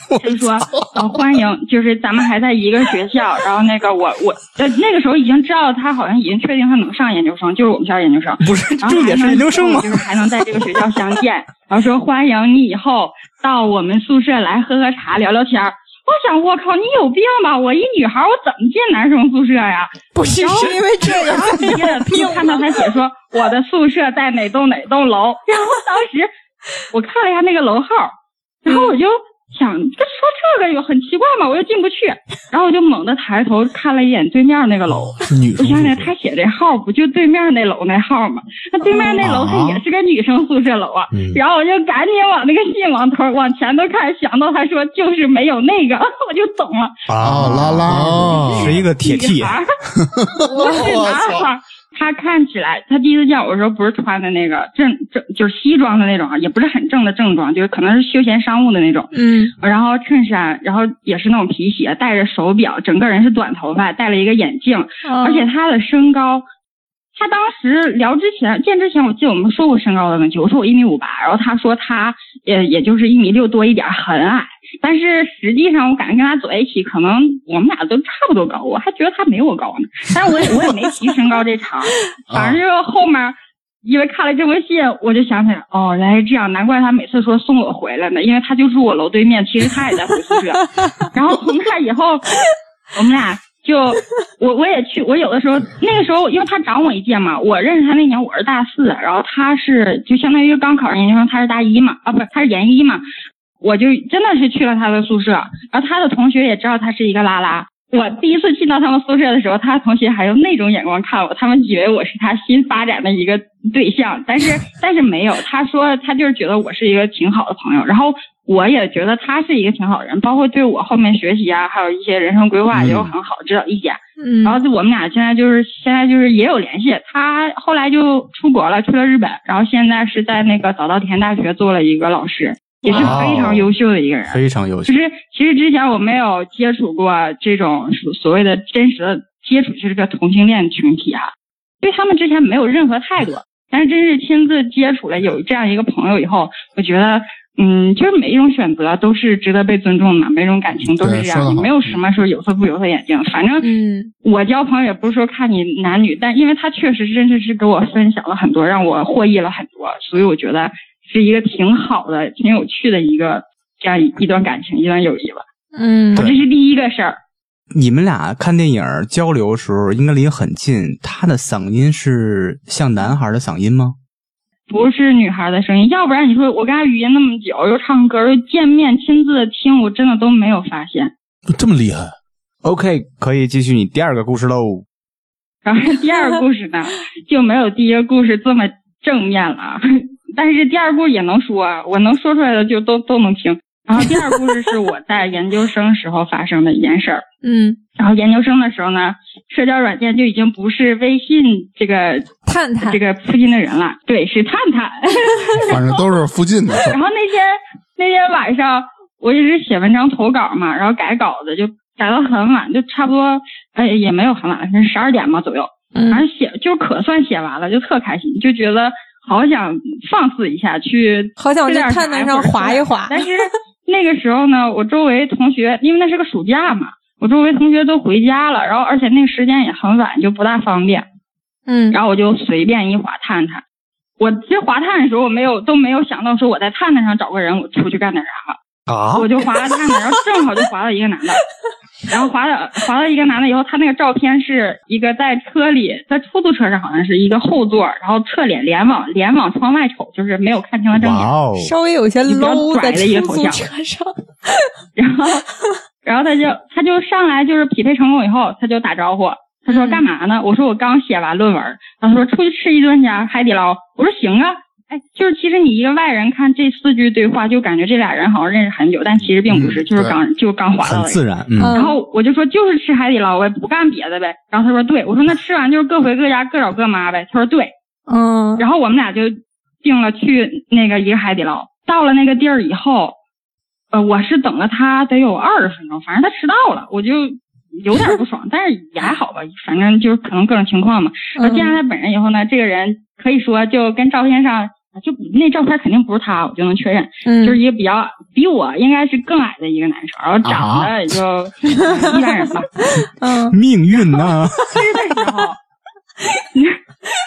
[SPEAKER 1] 他就说呃欢迎，就是咱们还在一个学校。然后那个我我呃那个时候已经知道他好像已经确定他能上研究生，就是啊我们学校研究生。
[SPEAKER 7] 不是，
[SPEAKER 1] 然后
[SPEAKER 7] 重点是
[SPEAKER 1] 还能
[SPEAKER 7] 研究生吗？
[SPEAKER 1] 就是还能在这个学校相见，然后说欢迎你以后到我们宿舍来喝喝茶、聊聊天儿。我想，我靠，你有病吧！我一女孩儿，我怎么进男生宿舍呀？
[SPEAKER 4] 不是是因为这
[SPEAKER 1] 然后
[SPEAKER 4] 个
[SPEAKER 1] 紧接着就看到他写说我的宿舍在哪栋哪栋楼，然后当时我看了一下那个楼号，然后我就想，这说这个有很奇怪嘛，我又进不去，然后我就猛地抬头看了一眼对面那个楼，
[SPEAKER 6] 是女
[SPEAKER 1] 我
[SPEAKER 6] 生宿
[SPEAKER 1] 想
[SPEAKER 6] 舍
[SPEAKER 1] 想，他写这号不就对面那楼那号吗？那对面那楼它也是个女生宿舍楼啊。
[SPEAKER 6] 嗯
[SPEAKER 1] 然后我就赶紧往那个信往头往前头看，想到他说就是没有那个， 我就懂了，
[SPEAKER 2] 啊，拉拉，
[SPEAKER 6] 哦
[SPEAKER 7] 啊是一个铁
[SPEAKER 1] 女
[SPEAKER 7] 剃
[SPEAKER 1] 孩，儿， 我是男孩儿。他看起来，他第一次见我的时候不是穿的那个正正就是西装的那种啊，也不是很正的正装，就是可能是休闲商务的那种。
[SPEAKER 4] 嗯
[SPEAKER 1] 然后衬衫，然后也是那种皮鞋，戴着手表，整个人是短头发，戴了一个眼镜，
[SPEAKER 4] 嗯，
[SPEAKER 1] 而且他的身高他当时聊之前见之前，我记得我们说过身高的问题，我说我一米五八，然后他说他呃也也就是一米六多一点，很矮。但是实际上，我感觉跟他走在一起，可能我们俩都差不多高，我还觉得他没我高呢。但是我也我也没提身高这茬儿，反正就是后面因为看了这封信，我就想起来，哦，原来是这样，难怪他每次说送我回来呢，因为他就住我楼对面，其实他也在回宿舍。 然后从那以后， 我们俩就我我也去，我有的时候那个时候，因为他长我一届嘛，我认识他那年我是大四，然后他是就相当于刚考上研究生，他是大一嘛，啊不是他是研一嘛，我就真的是去了他的宿舍，然后他的同学也知道他是一个拉拉。我第一次进到他们宿舍的时候，他的同学还用那种眼光看我，他们以为我是他新发展的一个对象，但是但是没有，他说他就是觉得我是一个挺好的朋友，然后我也觉得他是一个挺好的人，包括对我后面学习啊，还有一些人生规划也有很好指导意见。
[SPEAKER 4] 嗯，
[SPEAKER 1] 然后就我们俩现在就是现在就是也有联系，他后来就出国了，去了日本，然后现在是在那个早稻田大学做了一个老师，
[SPEAKER 2] 哦
[SPEAKER 1] 也是非常优秀的一个人。
[SPEAKER 7] 非常优
[SPEAKER 1] 就
[SPEAKER 7] 秀。
[SPEAKER 1] 是其实之前我没有接触过这种所所谓的真实的接触，就是个同性恋群体啊，对他们之前没有任何态度，
[SPEAKER 2] 嗯
[SPEAKER 1] 但是真是亲自接触了有这样一个朋友以后，我觉得。嗯，就是每一种选择都是值得被尊重的，每一种感情都是
[SPEAKER 2] 对
[SPEAKER 1] 这
[SPEAKER 2] 说得
[SPEAKER 1] 样，你
[SPEAKER 2] 好
[SPEAKER 1] 没有什么说有色不有色眼镜。反正
[SPEAKER 4] 嗯
[SPEAKER 1] 我交朋友也不是说看你男女，但因为他确实真的是给我分享了很多，让我获益了很多，所以我觉得是一个挺好的、挺有趣的一个这样一段感情、一段友谊吧。
[SPEAKER 4] 嗯
[SPEAKER 1] 我这是第一个事儿，
[SPEAKER 7] 你们俩看电影交流的时候，应该离得很近。他的嗓音是像男孩的嗓音吗？
[SPEAKER 1] 不是女孩的声音，要不然你说我跟他语音那么久，又唱歌，又见面亲自听，我真的都没有发现。
[SPEAKER 6] 嗯这么厉害，
[SPEAKER 7] OK，可以继续你第二个故事喽。
[SPEAKER 1] 然后第二个故事呢，就没有第一个故事这么正面了，啊但是第二故事也能说啊，我能说出来的就都都能听。然后第二故事是我在研究生时候发生的一件事儿。
[SPEAKER 4] 嗯，
[SPEAKER 1] 然后研究生的时候呢，社交软件就已经不是微信这个
[SPEAKER 4] 探探
[SPEAKER 1] 这个附近的人了，对，是探探。
[SPEAKER 2] 反正都是附近的事 儿
[SPEAKER 1] 然后那天那天晚上，我一直写文章投稿嘛，然后改稿子就改到很晚，就差不多，哎，也没有很晚，是十二点嘛左右。反
[SPEAKER 4] 嗯
[SPEAKER 1] 正写就可算写完了，就特开心，就觉得好想放肆一下，去
[SPEAKER 4] 好想去探探上划一划
[SPEAKER 1] 但是那个时候呢，我周围同学，因为那是个暑假嘛，我周围同学都回家了，然后而且那个时间也很晚，就不大方便。
[SPEAKER 4] 嗯
[SPEAKER 1] 然后我就随便一滑探探。我其实滑探的时候，我没有都没有想到说我在探探上找个人，我出去干点啥
[SPEAKER 6] 啊
[SPEAKER 1] 我就滑了探探，然后正好就滑到一个男的，然后滑到滑到一个男的以后，他那个照片是一个在车里，在出租车上好像是一个后座，然后侧脸脸往脸往窗外瞅，就是没有看清他正
[SPEAKER 7] 哇
[SPEAKER 1] 脸，
[SPEAKER 7] 哦，
[SPEAKER 4] 稍微有些
[SPEAKER 1] 你比较
[SPEAKER 4] low
[SPEAKER 1] 拽
[SPEAKER 4] 在
[SPEAKER 1] 的一个
[SPEAKER 4] 出
[SPEAKER 1] 头
[SPEAKER 4] 租
[SPEAKER 1] 像
[SPEAKER 4] 车上，
[SPEAKER 1] 然后然后他就他就上来就是匹配成功以后，他就打招呼，他说
[SPEAKER 4] 嗯
[SPEAKER 1] 干嘛呢？我说我刚写完论文，他说出去吃一顿去啊海底捞。我说行啊，哎，就是其实你一个外人看这四句对话，就感觉这俩人好像认识很久，但其实并不是，
[SPEAKER 2] 嗯
[SPEAKER 1] 就是
[SPEAKER 2] 对
[SPEAKER 1] 刚就刚划到
[SPEAKER 7] 很
[SPEAKER 1] 的。
[SPEAKER 7] 自然，嗯，
[SPEAKER 4] 嗯
[SPEAKER 1] 然后我就说就是吃海底捞，我也不干别的呗。然后他说对，我说那吃完就是各回各家，各找各妈呗。他说对，
[SPEAKER 4] 嗯
[SPEAKER 1] 然后我们俩就定了去那个一个海底捞。到了那个地儿以后，呃，我是等了他得有二十分钟，反正他迟到了，我就有点不爽，但是也还好吧，反正就是可能各种情况嘛。然后见到他本人以后呢，这个人可以说就跟照片上就那照片肯定不是他，我就能确认，
[SPEAKER 4] 嗯
[SPEAKER 1] 就是一个比较比我应该是更矮的一个男生，然后长得也就、一般人吧。
[SPEAKER 4] 嗯
[SPEAKER 7] 命运呐、
[SPEAKER 1] 吃的时候，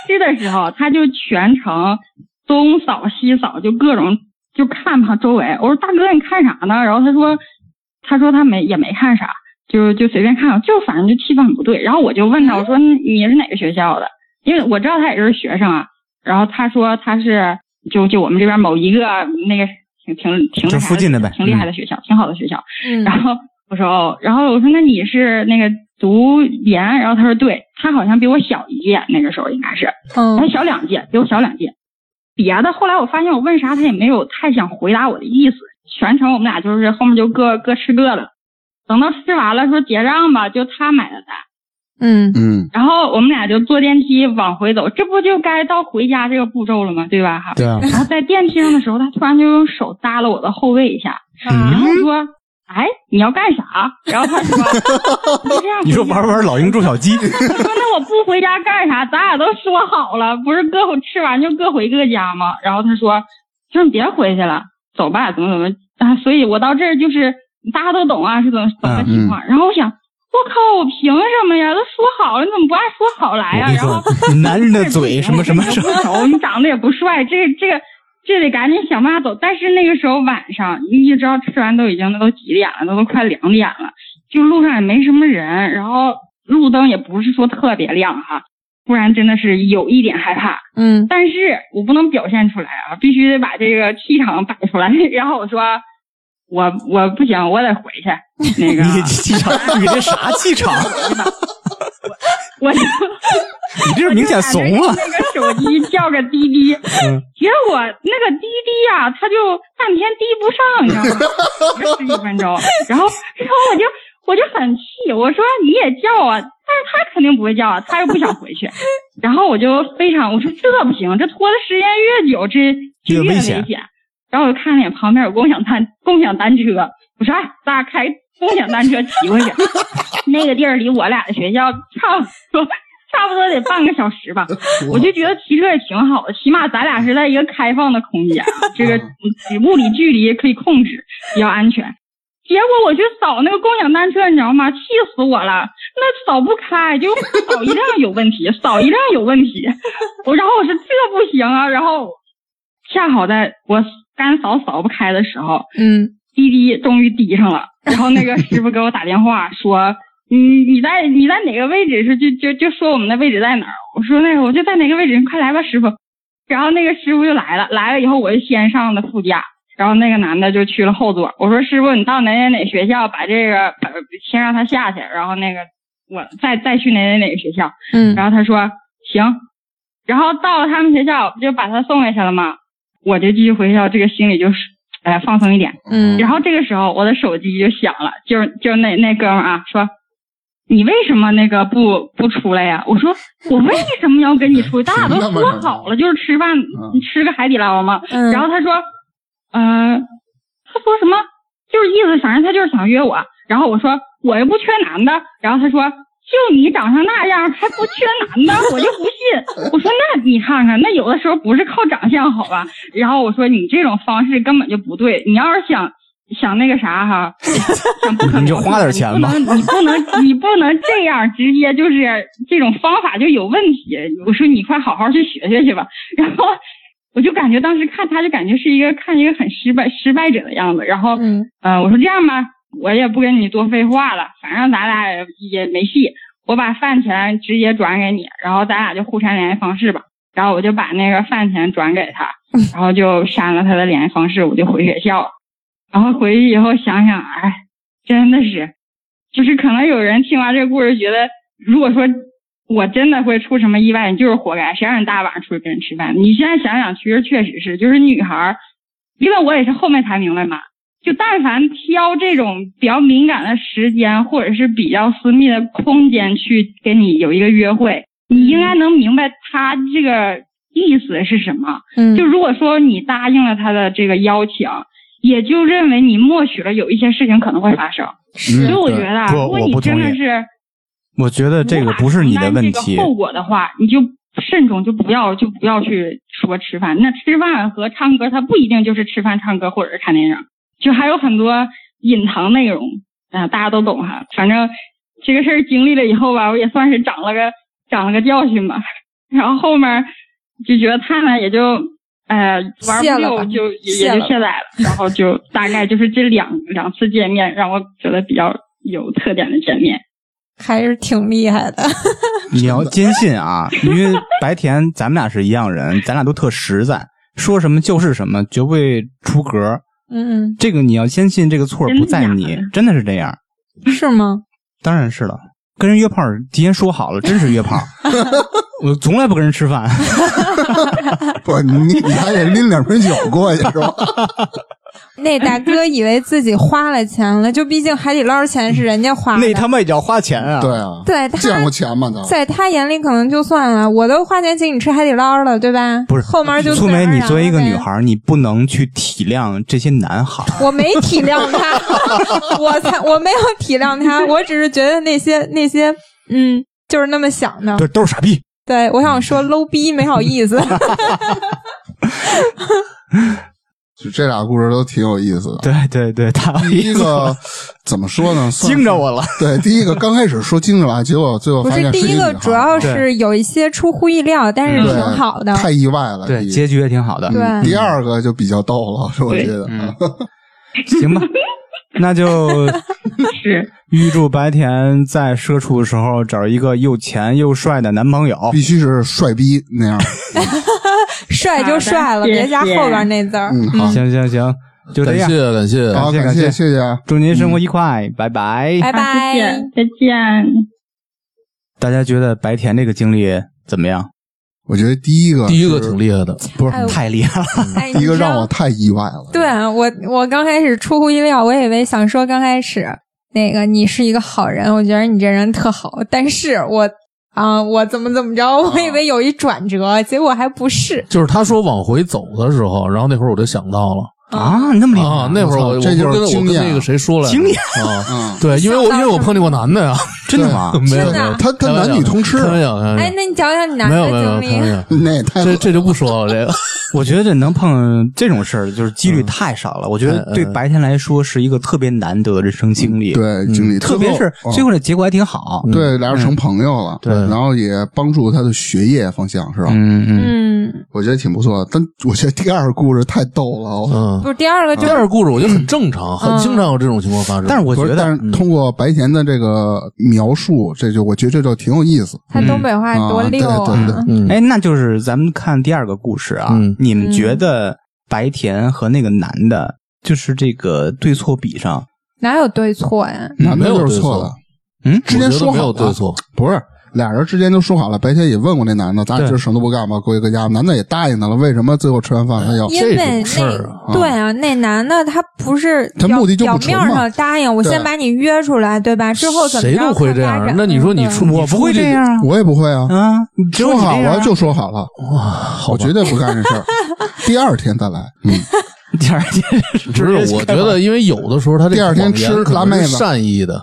[SPEAKER 1] 吃的时候他就全程东扫西扫，就各种就看他周围。我说大哥你看啥呢？然后他说他说他没也没看啥，就就随便看看，就反正就气氛很不对。然后我就问他我说
[SPEAKER 7] 嗯
[SPEAKER 1] 你是哪个学校的？因为我知道他也是学生啊。然后他说他是就就我们这边某一个那个挺挺挺厉害
[SPEAKER 7] 就附近的呗
[SPEAKER 1] 挺厉害的学校，挺好的学校。
[SPEAKER 4] 嗯
[SPEAKER 1] 然后我说哦，然后我说那你是那个读研？然后他说对，他好像比我小一届，那个时候应该是，他
[SPEAKER 4] 嗯
[SPEAKER 1] 小两届，比我小两届。别的后来我发现我问啥他也没有太想回答我的意思，全程我们俩就是后面就各各吃各的。等到吃完了说结账吧，就他买的单，
[SPEAKER 4] 嗯
[SPEAKER 2] 嗯，
[SPEAKER 1] 然后我们俩就坐电梯往回走，这不就该到回家这个步骤了吗？对吧？哈。
[SPEAKER 7] 对啊，嗯
[SPEAKER 1] 然后在电梯上的时候，他突然就用手搭了我的后背一下，然后说：“哎，你要干啥？然后他 说，你就这样
[SPEAKER 7] 你说玩玩老鹰捉小 鸡，
[SPEAKER 1] 我说那我不回家干啥？咱俩都说好了，不是各回吃完就各回各家吗？然后他说，说你别回去了，走吧，怎么怎么啊？所以我到这儿就是大家都懂啊，是怎么怎么
[SPEAKER 7] 嗯
[SPEAKER 1] 情况？然后我想，我靠，我凭什么呀？都说好了，你怎么不按说好来
[SPEAKER 7] 我
[SPEAKER 1] 哎呀、
[SPEAKER 7] 跟你
[SPEAKER 1] 然后
[SPEAKER 7] 说，男人的 嘴什么什么什
[SPEAKER 1] 你
[SPEAKER 7] 么
[SPEAKER 1] 哎不，熟，你长得也不帅，这个这个这得赶紧想办法走。但是那个时候晚上，你知道吃完都已经都几点了，都都快两点了，就路上也没什么人，然后路灯也不是说特别亮哈。不然真的是有一点害怕，
[SPEAKER 4] 嗯
[SPEAKER 1] 但是我不能表现出来啊，必须得把这个气场摆出来。然后我说，我我不行，我得回去。那
[SPEAKER 7] 你
[SPEAKER 1] 个，
[SPEAKER 7] 这气场，你这啥气 场？
[SPEAKER 1] 我就
[SPEAKER 7] 你这是明显怂
[SPEAKER 1] 我
[SPEAKER 7] 了
[SPEAKER 1] 就拿。
[SPEAKER 7] 嗯
[SPEAKER 1] 着那个手机叫个滴 滴，结果那个滴滴呀、它就半天滴不上，你知道吗？十几分钟，然后然后我就我就很气，我说你也叫啊，但是他肯定不会叫啊，他又不想回去， 然后我就非常我说这不行，这拖的时间越久，这就
[SPEAKER 7] 越危
[SPEAKER 1] 危
[SPEAKER 7] 险
[SPEAKER 1] 然后我就看了眼旁边有共享单共享单车，我说哎，咱俩开共享单车骑回去。 那个地儿离我俩的学校差不多差不多得半个小时吧。我就觉得骑车也挺好的，起码咱俩是在一个开放的空间，啊这个嗯物理距离可以控制，比较安全。结果我去扫那个共享单车，你知道吗？气死我了！那扫不开，就扫一辆有问题，扫一辆有问题。我然后我说这不行啊，然后恰好在我干扫扫不开的时候，
[SPEAKER 4] 嗯，
[SPEAKER 1] 滴滴终于滴上了，然后那个师傅给我打电话说，你你在你在哪个位置是就就就说我们的位置在哪儿？我说那个我就在哪个位置，你快来吧，师傅。然后那个师傅就来了，来了以后我就先上的副驾，然后那个男的就去了后座。我说师傅，你到哪哪哪学校把这个把先让他下去，然后那个我再再去哪哪哪个学校。
[SPEAKER 4] 嗯
[SPEAKER 1] 然后他说行，然后到了他们学校不就把他送回去了吗？我就继续回学校，这个心里就是哎放松一点。
[SPEAKER 4] 嗯
[SPEAKER 1] 然后这个时候我的手机就响了，就是就是那那哥们儿啊说。你为什么那个不不出来呀、我说我为什么要跟你出去？咱俩都说好了，就是吃饭
[SPEAKER 2] 嗯
[SPEAKER 1] 吃个海底捞嘛。
[SPEAKER 4] 嗯，
[SPEAKER 1] 然后他说，呃，他说什么？就是意思，反正他就是想约我。然后我说我又不缺男的。然后他说，就你长成那样还不缺男的，我就不信。我说那你看看，那有的时候不是靠长相好吧？然后我说你这种方式根本就不对，你要是想。想那个啥哈，想不可能
[SPEAKER 7] 你就花点钱吧
[SPEAKER 1] 你不能，你不能，你不能这样，直接就是这种方法就有问题。我说你快好好去学学去吧。然后我就感觉当时看他就感觉是一个看一个很失败失败者的样子，然后
[SPEAKER 4] 嗯
[SPEAKER 1] 呃，我说这样吧，我也不跟你多废话了，反正咱俩也也没戏，我把饭钱直接转给你，然后咱俩就互删联系方式吧。然后我就把那个饭钱转给他，然后就删了他的联系方式，我就回学校了。然后回去以后想想，哎，真的是，就是可能有人听完这个故事觉得，如果说我真的会出什么意外，你就是活该，谁让你大晚上出去跟人吃饭？你现在想想，其实确实是，就是女孩儿，因为我也是后面才明白嘛，就但凡挑这种比较敏感的时间或者是比较私密的空间去跟你有一个约会，你应该能明白他这个意思是什么。
[SPEAKER 4] 嗯
[SPEAKER 1] 就如果说你答应了他的这个邀请，也就认为你默许了有一些事情可能会发生。
[SPEAKER 4] 是
[SPEAKER 1] 所以我觉
[SPEAKER 2] 对
[SPEAKER 1] 得啊，
[SPEAKER 7] 嗯不
[SPEAKER 1] 如果
[SPEAKER 7] 我
[SPEAKER 1] 你
[SPEAKER 7] 不
[SPEAKER 1] 真
[SPEAKER 7] 同
[SPEAKER 1] 的
[SPEAKER 7] 意
[SPEAKER 1] 是
[SPEAKER 7] 我觉得这个不是你的问
[SPEAKER 1] 承担这
[SPEAKER 7] 题
[SPEAKER 1] 个，后果的话，你就慎重，就不要就不要去说吃饭。那吃饭和唱歌，它不一定就是吃饭、唱歌或者是看电影，就还有很多隐藏内容啊、大家都懂哈。反正这个事儿经历了以后吧，我也算是长了个长了个教训吧。 然后后面就觉得他呢也就呃玩
[SPEAKER 4] 卸
[SPEAKER 1] 不
[SPEAKER 4] 了吧
[SPEAKER 1] 溜，就也
[SPEAKER 4] 卸
[SPEAKER 1] 也
[SPEAKER 4] 了
[SPEAKER 1] 就卸载了。然后就大概就是这两两次见面，让我觉得比较有特点的见面。
[SPEAKER 4] 还是挺厉害的，
[SPEAKER 7] 你要坚信啊，因为白田咱们俩是一样人，咱俩都特实在，说什么就是什么，绝不会出格。
[SPEAKER 4] 嗯，
[SPEAKER 7] 这个你要坚信，这个错不在
[SPEAKER 1] 真的
[SPEAKER 7] 你
[SPEAKER 1] 假，
[SPEAKER 7] 真的是这样。
[SPEAKER 4] 是吗？
[SPEAKER 7] 当然是了，跟人约炮提前说好了，真是 约炮。我从来不跟人吃饭，
[SPEAKER 2] 不，你你还得拎两瓶酒过去是吧？
[SPEAKER 4] 那大哥以为自己花了钱了，就毕竟海底捞钱是人家花的，
[SPEAKER 7] 那他妈也叫花钱啊！
[SPEAKER 2] 对，啊，
[SPEAKER 4] 对他
[SPEAKER 2] 见过钱吗？都
[SPEAKER 4] 在他眼里可能就算了，我都花钱请你吃海底捞了，对吧？
[SPEAKER 7] 不是
[SPEAKER 4] 后面就自
[SPEAKER 7] 苏
[SPEAKER 4] 然而
[SPEAKER 7] 梅，
[SPEAKER 4] 然
[SPEAKER 7] 你作为一个
[SPEAKER 4] 了呗
[SPEAKER 7] 女孩，儿，你不能去体谅这些男孩儿。
[SPEAKER 4] 我没体谅 他，我才我没有体谅他，我只是觉得那些那些嗯，就是那么想的。
[SPEAKER 7] 对，都是傻逼。
[SPEAKER 4] 对，我想
[SPEAKER 2] 嗯
[SPEAKER 4] 说 low 逼没好 意思。
[SPEAKER 2] 就这俩故事都挺有意思的。
[SPEAKER 7] 对对对，他
[SPEAKER 2] 第一个怎么说呢？算是
[SPEAKER 7] 惊着我了。
[SPEAKER 2] 对，第一个刚开始说惊着了，结果最后
[SPEAKER 4] 不
[SPEAKER 2] 发现
[SPEAKER 4] 是第
[SPEAKER 2] 一
[SPEAKER 4] 一个，
[SPEAKER 2] 个女孩
[SPEAKER 4] 主要是有一些出乎意料，但是
[SPEAKER 2] 啊对
[SPEAKER 4] 挺好的。
[SPEAKER 2] 太意外了。
[SPEAKER 7] 对，
[SPEAKER 2] 第一
[SPEAKER 7] 结局也挺好的。
[SPEAKER 4] 对
[SPEAKER 2] 第二个就比较逗了，我觉得。
[SPEAKER 7] 嗯， 行 吧，那就
[SPEAKER 1] 是
[SPEAKER 7] 预祝白田在社畜的时候找一个又钱又帅的男朋友。
[SPEAKER 2] 必须是帅逼那样，
[SPEAKER 4] 帅就帅
[SPEAKER 1] 好
[SPEAKER 4] 了，
[SPEAKER 1] 的
[SPEAKER 4] 别加
[SPEAKER 1] 谢谢
[SPEAKER 4] 后边那字儿。
[SPEAKER 2] 嗯，好，
[SPEAKER 7] 行行行，就这
[SPEAKER 6] 感
[SPEAKER 7] 样。
[SPEAKER 6] 谢感谢，
[SPEAKER 2] 好，
[SPEAKER 7] 啊感嗯
[SPEAKER 2] 感
[SPEAKER 7] 谢
[SPEAKER 2] 谢，谢谢啊，
[SPEAKER 7] 祝您生活愉快，拜拜。
[SPEAKER 4] 拜
[SPEAKER 1] 好
[SPEAKER 4] 拜。
[SPEAKER 1] 谢谢，再见。
[SPEAKER 7] 大家觉得白田这个经历怎么样？
[SPEAKER 2] 我觉得第一个
[SPEAKER 6] 第一个
[SPEAKER 2] 是
[SPEAKER 6] 挺厉害的，
[SPEAKER 7] 不
[SPEAKER 4] 哎呦
[SPEAKER 7] 太厉害了。
[SPEAKER 4] 哎，
[SPEAKER 2] 第一个
[SPEAKER 4] 你知道
[SPEAKER 2] 让我太意外了。
[SPEAKER 4] 对我，我刚开始出乎意料，我以为想说刚开始那个你是一个好人，我觉得你这人特好，但是我啊、我怎么怎么着，我以为
[SPEAKER 6] 哦
[SPEAKER 4] 有一转折，结果还不是。
[SPEAKER 6] 就是他说往回走的时候，然后那会儿我就想到了
[SPEAKER 7] 啊，那么厉害
[SPEAKER 6] 啊，那会儿我
[SPEAKER 2] 我
[SPEAKER 6] 我
[SPEAKER 2] 操这就是
[SPEAKER 6] 不跟我
[SPEAKER 2] 经
[SPEAKER 6] 跟
[SPEAKER 2] 验
[SPEAKER 6] 那个谁说来着
[SPEAKER 7] 经验
[SPEAKER 6] 啊，
[SPEAKER 2] 嗯，
[SPEAKER 6] 对，因为我因为我碰见过男的 呀，
[SPEAKER 7] 真的吗？
[SPEAKER 6] 没有
[SPEAKER 4] 真的
[SPEAKER 6] 没有，
[SPEAKER 2] 他他男女通吃
[SPEAKER 6] 开，玩笑，开玩笑
[SPEAKER 4] 哎，那你讲讲你男
[SPEAKER 6] 没有没
[SPEAKER 4] 的
[SPEAKER 6] 有
[SPEAKER 4] 经
[SPEAKER 6] 没有，开玩
[SPEAKER 4] 历。
[SPEAKER 6] 笑，
[SPEAKER 2] 那也太
[SPEAKER 6] 这这就不说了，这个
[SPEAKER 7] 我觉得能碰这种事儿，就是几率太少了。我觉得对白天来说是一个特别难得的人生经历，
[SPEAKER 2] 对
[SPEAKER 7] 嗯嗯
[SPEAKER 2] 经历
[SPEAKER 7] 特别嗯是
[SPEAKER 2] 最后
[SPEAKER 7] 最后的结果还挺好。
[SPEAKER 2] 嗯对，俩人成朋友了，
[SPEAKER 7] 对
[SPEAKER 2] 然后也帮助他的学业方向是吧？
[SPEAKER 7] 嗯嗯，
[SPEAKER 4] 嗯，
[SPEAKER 2] 我觉得挺不错的，但我觉得第二个故事太逗了，我
[SPEAKER 6] 嗯
[SPEAKER 4] 不。 是第二个就
[SPEAKER 6] 第
[SPEAKER 4] 是
[SPEAKER 6] 二个故事我觉得很正常，很
[SPEAKER 4] 嗯
[SPEAKER 6] 经常有这种情况发生。嗯
[SPEAKER 7] 但是我
[SPEAKER 2] 不
[SPEAKER 7] 觉
[SPEAKER 2] 是
[SPEAKER 7] 得
[SPEAKER 2] 但是通过白田的这个描述，这就我觉得这就挺有意思。
[SPEAKER 4] 他东北话多溜啊！
[SPEAKER 2] 嗯啊对对
[SPEAKER 6] 嗯，
[SPEAKER 7] 哎，那就是咱们看第二个故事啊
[SPEAKER 6] 嗯。
[SPEAKER 7] 你们觉得白田和那个男的，就是这个对错比上，
[SPEAKER 4] 哪有对错呀？
[SPEAKER 2] 男的
[SPEAKER 6] 没有
[SPEAKER 2] 就是
[SPEAKER 6] 对
[SPEAKER 2] 错
[SPEAKER 6] 错
[SPEAKER 2] 了，
[SPEAKER 7] 嗯，
[SPEAKER 2] 之前说
[SPEAKER 6] 我觉得没
[SPEAKER 2] 好
[SPEAKER 6] 有
[SPEAKER 2] 的
[SPEAKER 6] 对错，
[SPEAKER 2] 不是俩人之间都说好了。白天也问过那男的，咱俩
[SPEAKER 7] 对
[SPEAKER 2] 今儿什么都不干吧，回搁家。男的也答应他了，为什么最后吃完饭他要？
[SPEAKER 4] 因为
[SPEAKER 6] 这
[SPEAKER 4] 那
[SPEAKER 6] 种事儿啊
[SPEAKER 4] 对啊，那男的他不是
[SPEAKER 2] 他目的就
[SPEAKER 4] 表
[SPEAKER 2] 不
[SPEAKER 4] 表
[SPEAKER 2] 纯
[SPEAKER 4] 面
[SPEAKER 2] 嘛
[SPEAKER 4] 上答应我
[SPEAKER 2] 对
[SPEAKER 4] 先把你约出来，对吧？之后怎么着
[SPEAKER 6] 谁都会这
[SPEAKER 4] 看发
[SPEAKER 6] 样
[SPEAKER 4] 展。
[SPEAKER 6] 那你说你
[SPEAKER 4] 对
[SPEAKER 6] 出
[SPEAKER 7] 我不会这样啊
[SPEAKER 2] 我也不会啊，
[SPEAKER 7] 啊，只有
[SPEAKER 2] 说
[SPEAKER 7] 你
[SPEAKER 2] 好
[SPEAKER 7] 这样啊
[SPEAKER 2] 了就说好了，
[SPEAKER 6] 哇，
[SPEAKER 2] 我绝对不干这事儿。第二天再来，嗯，
[SPEAKER 7] 第二天
[SPEAKER 6] 不是，我觉得因为有的时候他这
[SPEAKER 2] 第二天吃
[SPEAKER 6] 谎言可能
[SPEAKER 2] 辣妹
[SPEAKER 6] 是
[SPEAKER 2] 子
[SPEAKER 6] 善意的，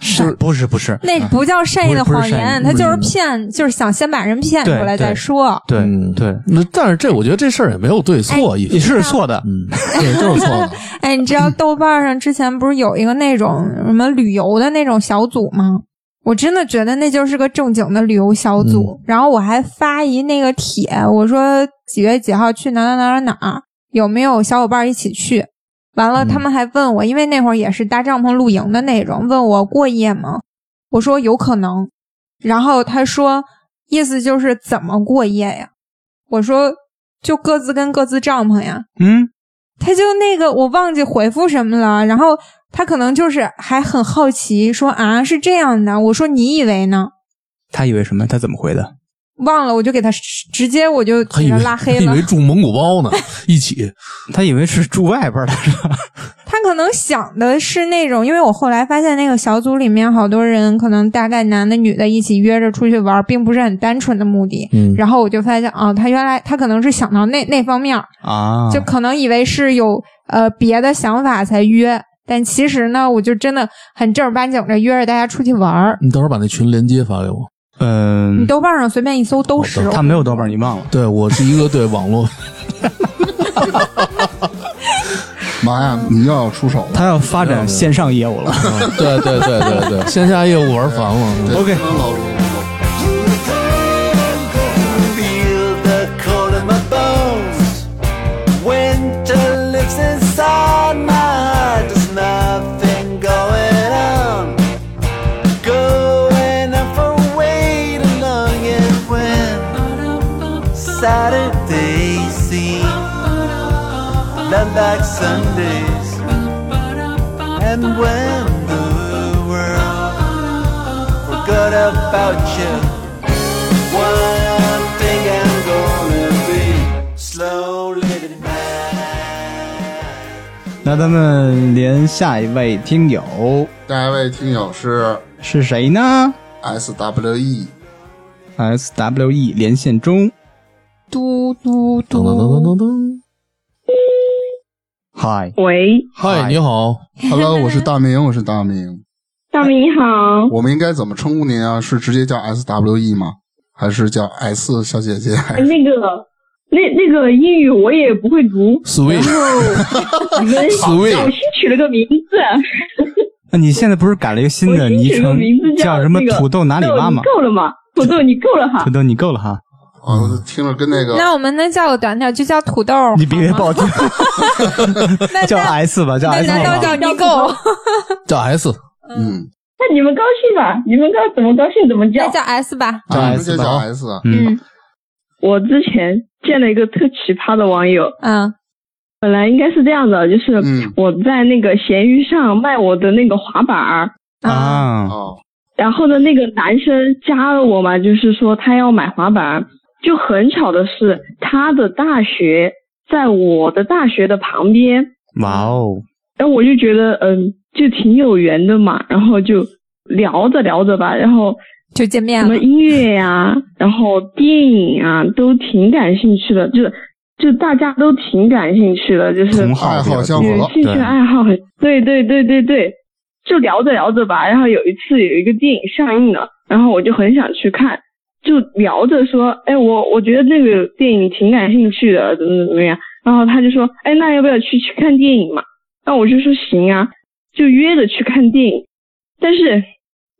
[SPEAKER 7] 是不是不是？
[SPEAKER 4] 那不叫善意的谎言，
[SPEAKER 7] 啊不
[SPEAKER 4] 他
[SPEAKER 7] 是不是善意嗯
[SPEAKER 4] 就是骗，就是想先把人骗出来
[SPEAKER 7] 对对
[SPEAKER 4] 再说。
[SPEAKER 7] 对
[SPEAKER 6] 嗯
[SPEAKER 7] 对，
[SPEAKER 6] 那但是这我觉得这事儿也没有对错，意
[SPEAKER 7] 你
[SPEAKER 6] 思
[SPEAKER 7] 是错的，
[SPEAKER 6] 嗯，
[SPEAKER 2] 对，就是错 了。
[SPEAKER 4] 哎，你知道豆瓣上之前不是有一个那种什么旅游的那种小组吗？我真的觉得那就是个正经的旅游小组。然后我还发一那个帖，我说几月几号去哪儿哪儿哪儿哪儿，有没有小伙伴一起去？完了，
[SPEAKER 6] 嗯
[SPEAKER 4] 他们还问我，因为那会儿也是搭帐篷露营的那种，问我过夜吗？我说有可能。然后他说，意思就是怎么过夜呀？我说就各自跟各自帐篷呀。
[SPEAKER 7] 嗯，
[SPEAKER 4] 他就那个我忘记回复什么了，然后他可能就是还很好奇，说啊是这样的，我说你以为呢？
[SPEAKER 7] 他以为什么？他怎么回的？
[SPEAKER 4] 忘了，我就给他直接我就
[SPEAKER 6] 他
[SPEAKER 4] 给
[SPEAKER 6] 以
[SPEAKER 4] 他
[SPEAKER 6] 为
[SPEAKER 4] 拉黑
[SPEAKER 6] 他以
[SPEAKER 4] 了
[SPEAKER 6] 为。住蒙古包呢，一起
[SPEAKER 7] 他以为是住外边儿的，是吧？
[SPEAKER 4] 他可能想的是那种，因为我后来发现那个小组里面好多人可能大概男的女的一起约着出去玩，并不是很单纯的目的。
[SPEAKER 6] 嗯
[SPEAKER 4] 然后我就发现哦，他原来他可能是想到那那方面儿，
[SPEAKER 7] 啊，
[SPEAKER 4] 就可能以为是有呃别的想法才约，但其实呢，我就真的很正儿八经的约着大家出去玩儿。
[SPEAKER 6] 你到时候把那群链接发给我。
[SPEAKER 4] 你
[SPEAKER 7] 嗯，哦
[SPEAKER 4] 豆瓣上随便一搜都是。
[SPEAKER 7] 他没有豆瓣儿，你忘了？
[SPEAKER 6] 对我是一个对网 络，
[SPEAKER 2] 妈呀，你又要出手了。
[SPEAKER 7] 他要发展线上业务了。
[SPEAKER 6] 对对对对 对，线下业务玩烦了。
[SPEAKER 2] 对
[SPEAKER 7] 嗯 OK，
[SPEAKER 8] Feel the cold in my bones. Winter lives inside my heart. There's nothing going on. Going on for way too long. And when Saturdays seem not like Sundays. And when the world forgot about you. One thing I'm gonna be slow living man.
[SPEAKER 7] 那咱们连下一位听友
[SPEAKER 2] 下一位听友是
[SPEAKER 7] 是谁呢
[SPEAKER 2] S W E，
[SPEAKER 7] ？S W E 连线中，
[SPEAKER 4] 嘟嘟
[SPEAKER 6] 噔噔噔
[SPEAKER 4] 嘟，
[SPEAKER 6] 噔噔噔。
[SPEAKER 7] 嗨，
[SPEAKER 1] 喂，
[SPEAKER 6] 嗨，
[SPEAKER 7] 嗨
[SPEAKER 6] 你好，
[SPEAKER 2] Hello，我是大明，我是大明。
[SPEAKER 1] 大明你好，
[SPEAKER 2] 我们应该怎么称呼您啊？是直接叫 S W E 吗？还是叫 S 小姐 姐？
[SPEAKER 1] 哎那个那那个英语我也不会读，
[SPEAKER 6] Sweet，
[SPEAKER 1] 你们
[SPEAKER 6] Sweet
[SPEAKER 1] 老师取了个名字，
[SPEAKER 7] 那你现在不是改了一个新的
[SPEAKER 1] 我新
[SPEAKER 7] 昵
[SPEAKER 1] 取了个
[SPEAKER 7] 称
[SPEAKER 1] 名字，
[SPEAKER 7] 叫什么
[SPEAKER 1] 那？个
[SPEAKER 7] 土豆哪里
[SPEAKER 1] 豆
[SPEAKER 7] 挖
[SPEAKER 1] 你
[SPEAKER 7] 吗？
[SPEAKER 1] 够了吗？土豆你够了哈
[SPEAKER 7] 土，豆你够了哈，
[SPEAKER 2] 啊，我听着跟那个
[SPEAKER 4] 那我们能叫个短点儿，就叫土豆儿。
[SPEAKER 7] 你别
[SPEAKER 4] 好吗
[SPEAKER 7] 报警，
[SPEAKER 4] 那
[SPEAKER 7] 叫
[SPEAKER 4] 那
[SPEAKER 7] S 吧，叫
[SPEAKER 4] 那
[SPEAKER 7] S
[SPEAKER 4] 难道叫
[SPEAKER 7] 吧。
[SPEAKER 4] 你够？
[SPEAKER 6] 叫 S，
[SPEAKER 2] 嗯，
[SPEAKER 1] 那你们高兴吧？你们高怎么高兴怎么叫
[SPEAKER 4] 那。叫 S 吧。
[SPEAKER 7] 叫
[SPEAKER 2] 啊
[SPEAKER 7] S
[SPEAKER 2] 直接叫
[SPEAKER 7] 吧
[SPEAKER 2] S 啊。
[SPEAKER 7] 嗯，
[SPEAKER 1] 我之前见了一个特奇葩的网友，
[SPEAKER 4] 嗯
[SPEAKER 1] 本来应该是这样的，就是
[SPEAKER 2] 嗯
[SPEAKER 1] 我在那个闲鱼上卖我的那个滑板儿，
[SPEAKER 4] 嗯
[SPEAKER 7] 啊，
[SPEAKER 2] 哦，
[SPEAKER 1] 然后呢，那个男生加了我嘛，就是说他要买滑板儿，就很巧的是，他的大学在我的大学的旁边，
[SPEAKER 7] 哇哦，
[SPEAKER 1] 然后我就觉得嗯，就挺有缘的嘛， 然后就聊着聊着吧，然后
[SPEAKER 4] 就见面
[SPEAKER 1] 什么
[SPEAKER 4] 了。
[SPEAKER 1] 音乐呀、然后电影啊，都挺感兴趣的，就是就大家都挺感兴趣的，就是
[SPEAKER 7] 同好
[SPEAKER 2] 爱好相
[SPEAKER 7] 比较
[SPEAKER 2] 符
[SPEAKER 7] 多
[SPEAKER 1] 有兴趣
[SPEAKER 7] 对
[SPEAKER 1] 爱好很，对对对对对，就聊着聊着吧，然后有一次有一个电影上映了，然后我就很想去看，就聊着说，哎，我我觉得这个电影挺感兴趣的，怎么怎么样，然后他就说，哎，那要不要去去看电影嘛？那我就说行啊，就约着去看电影，但是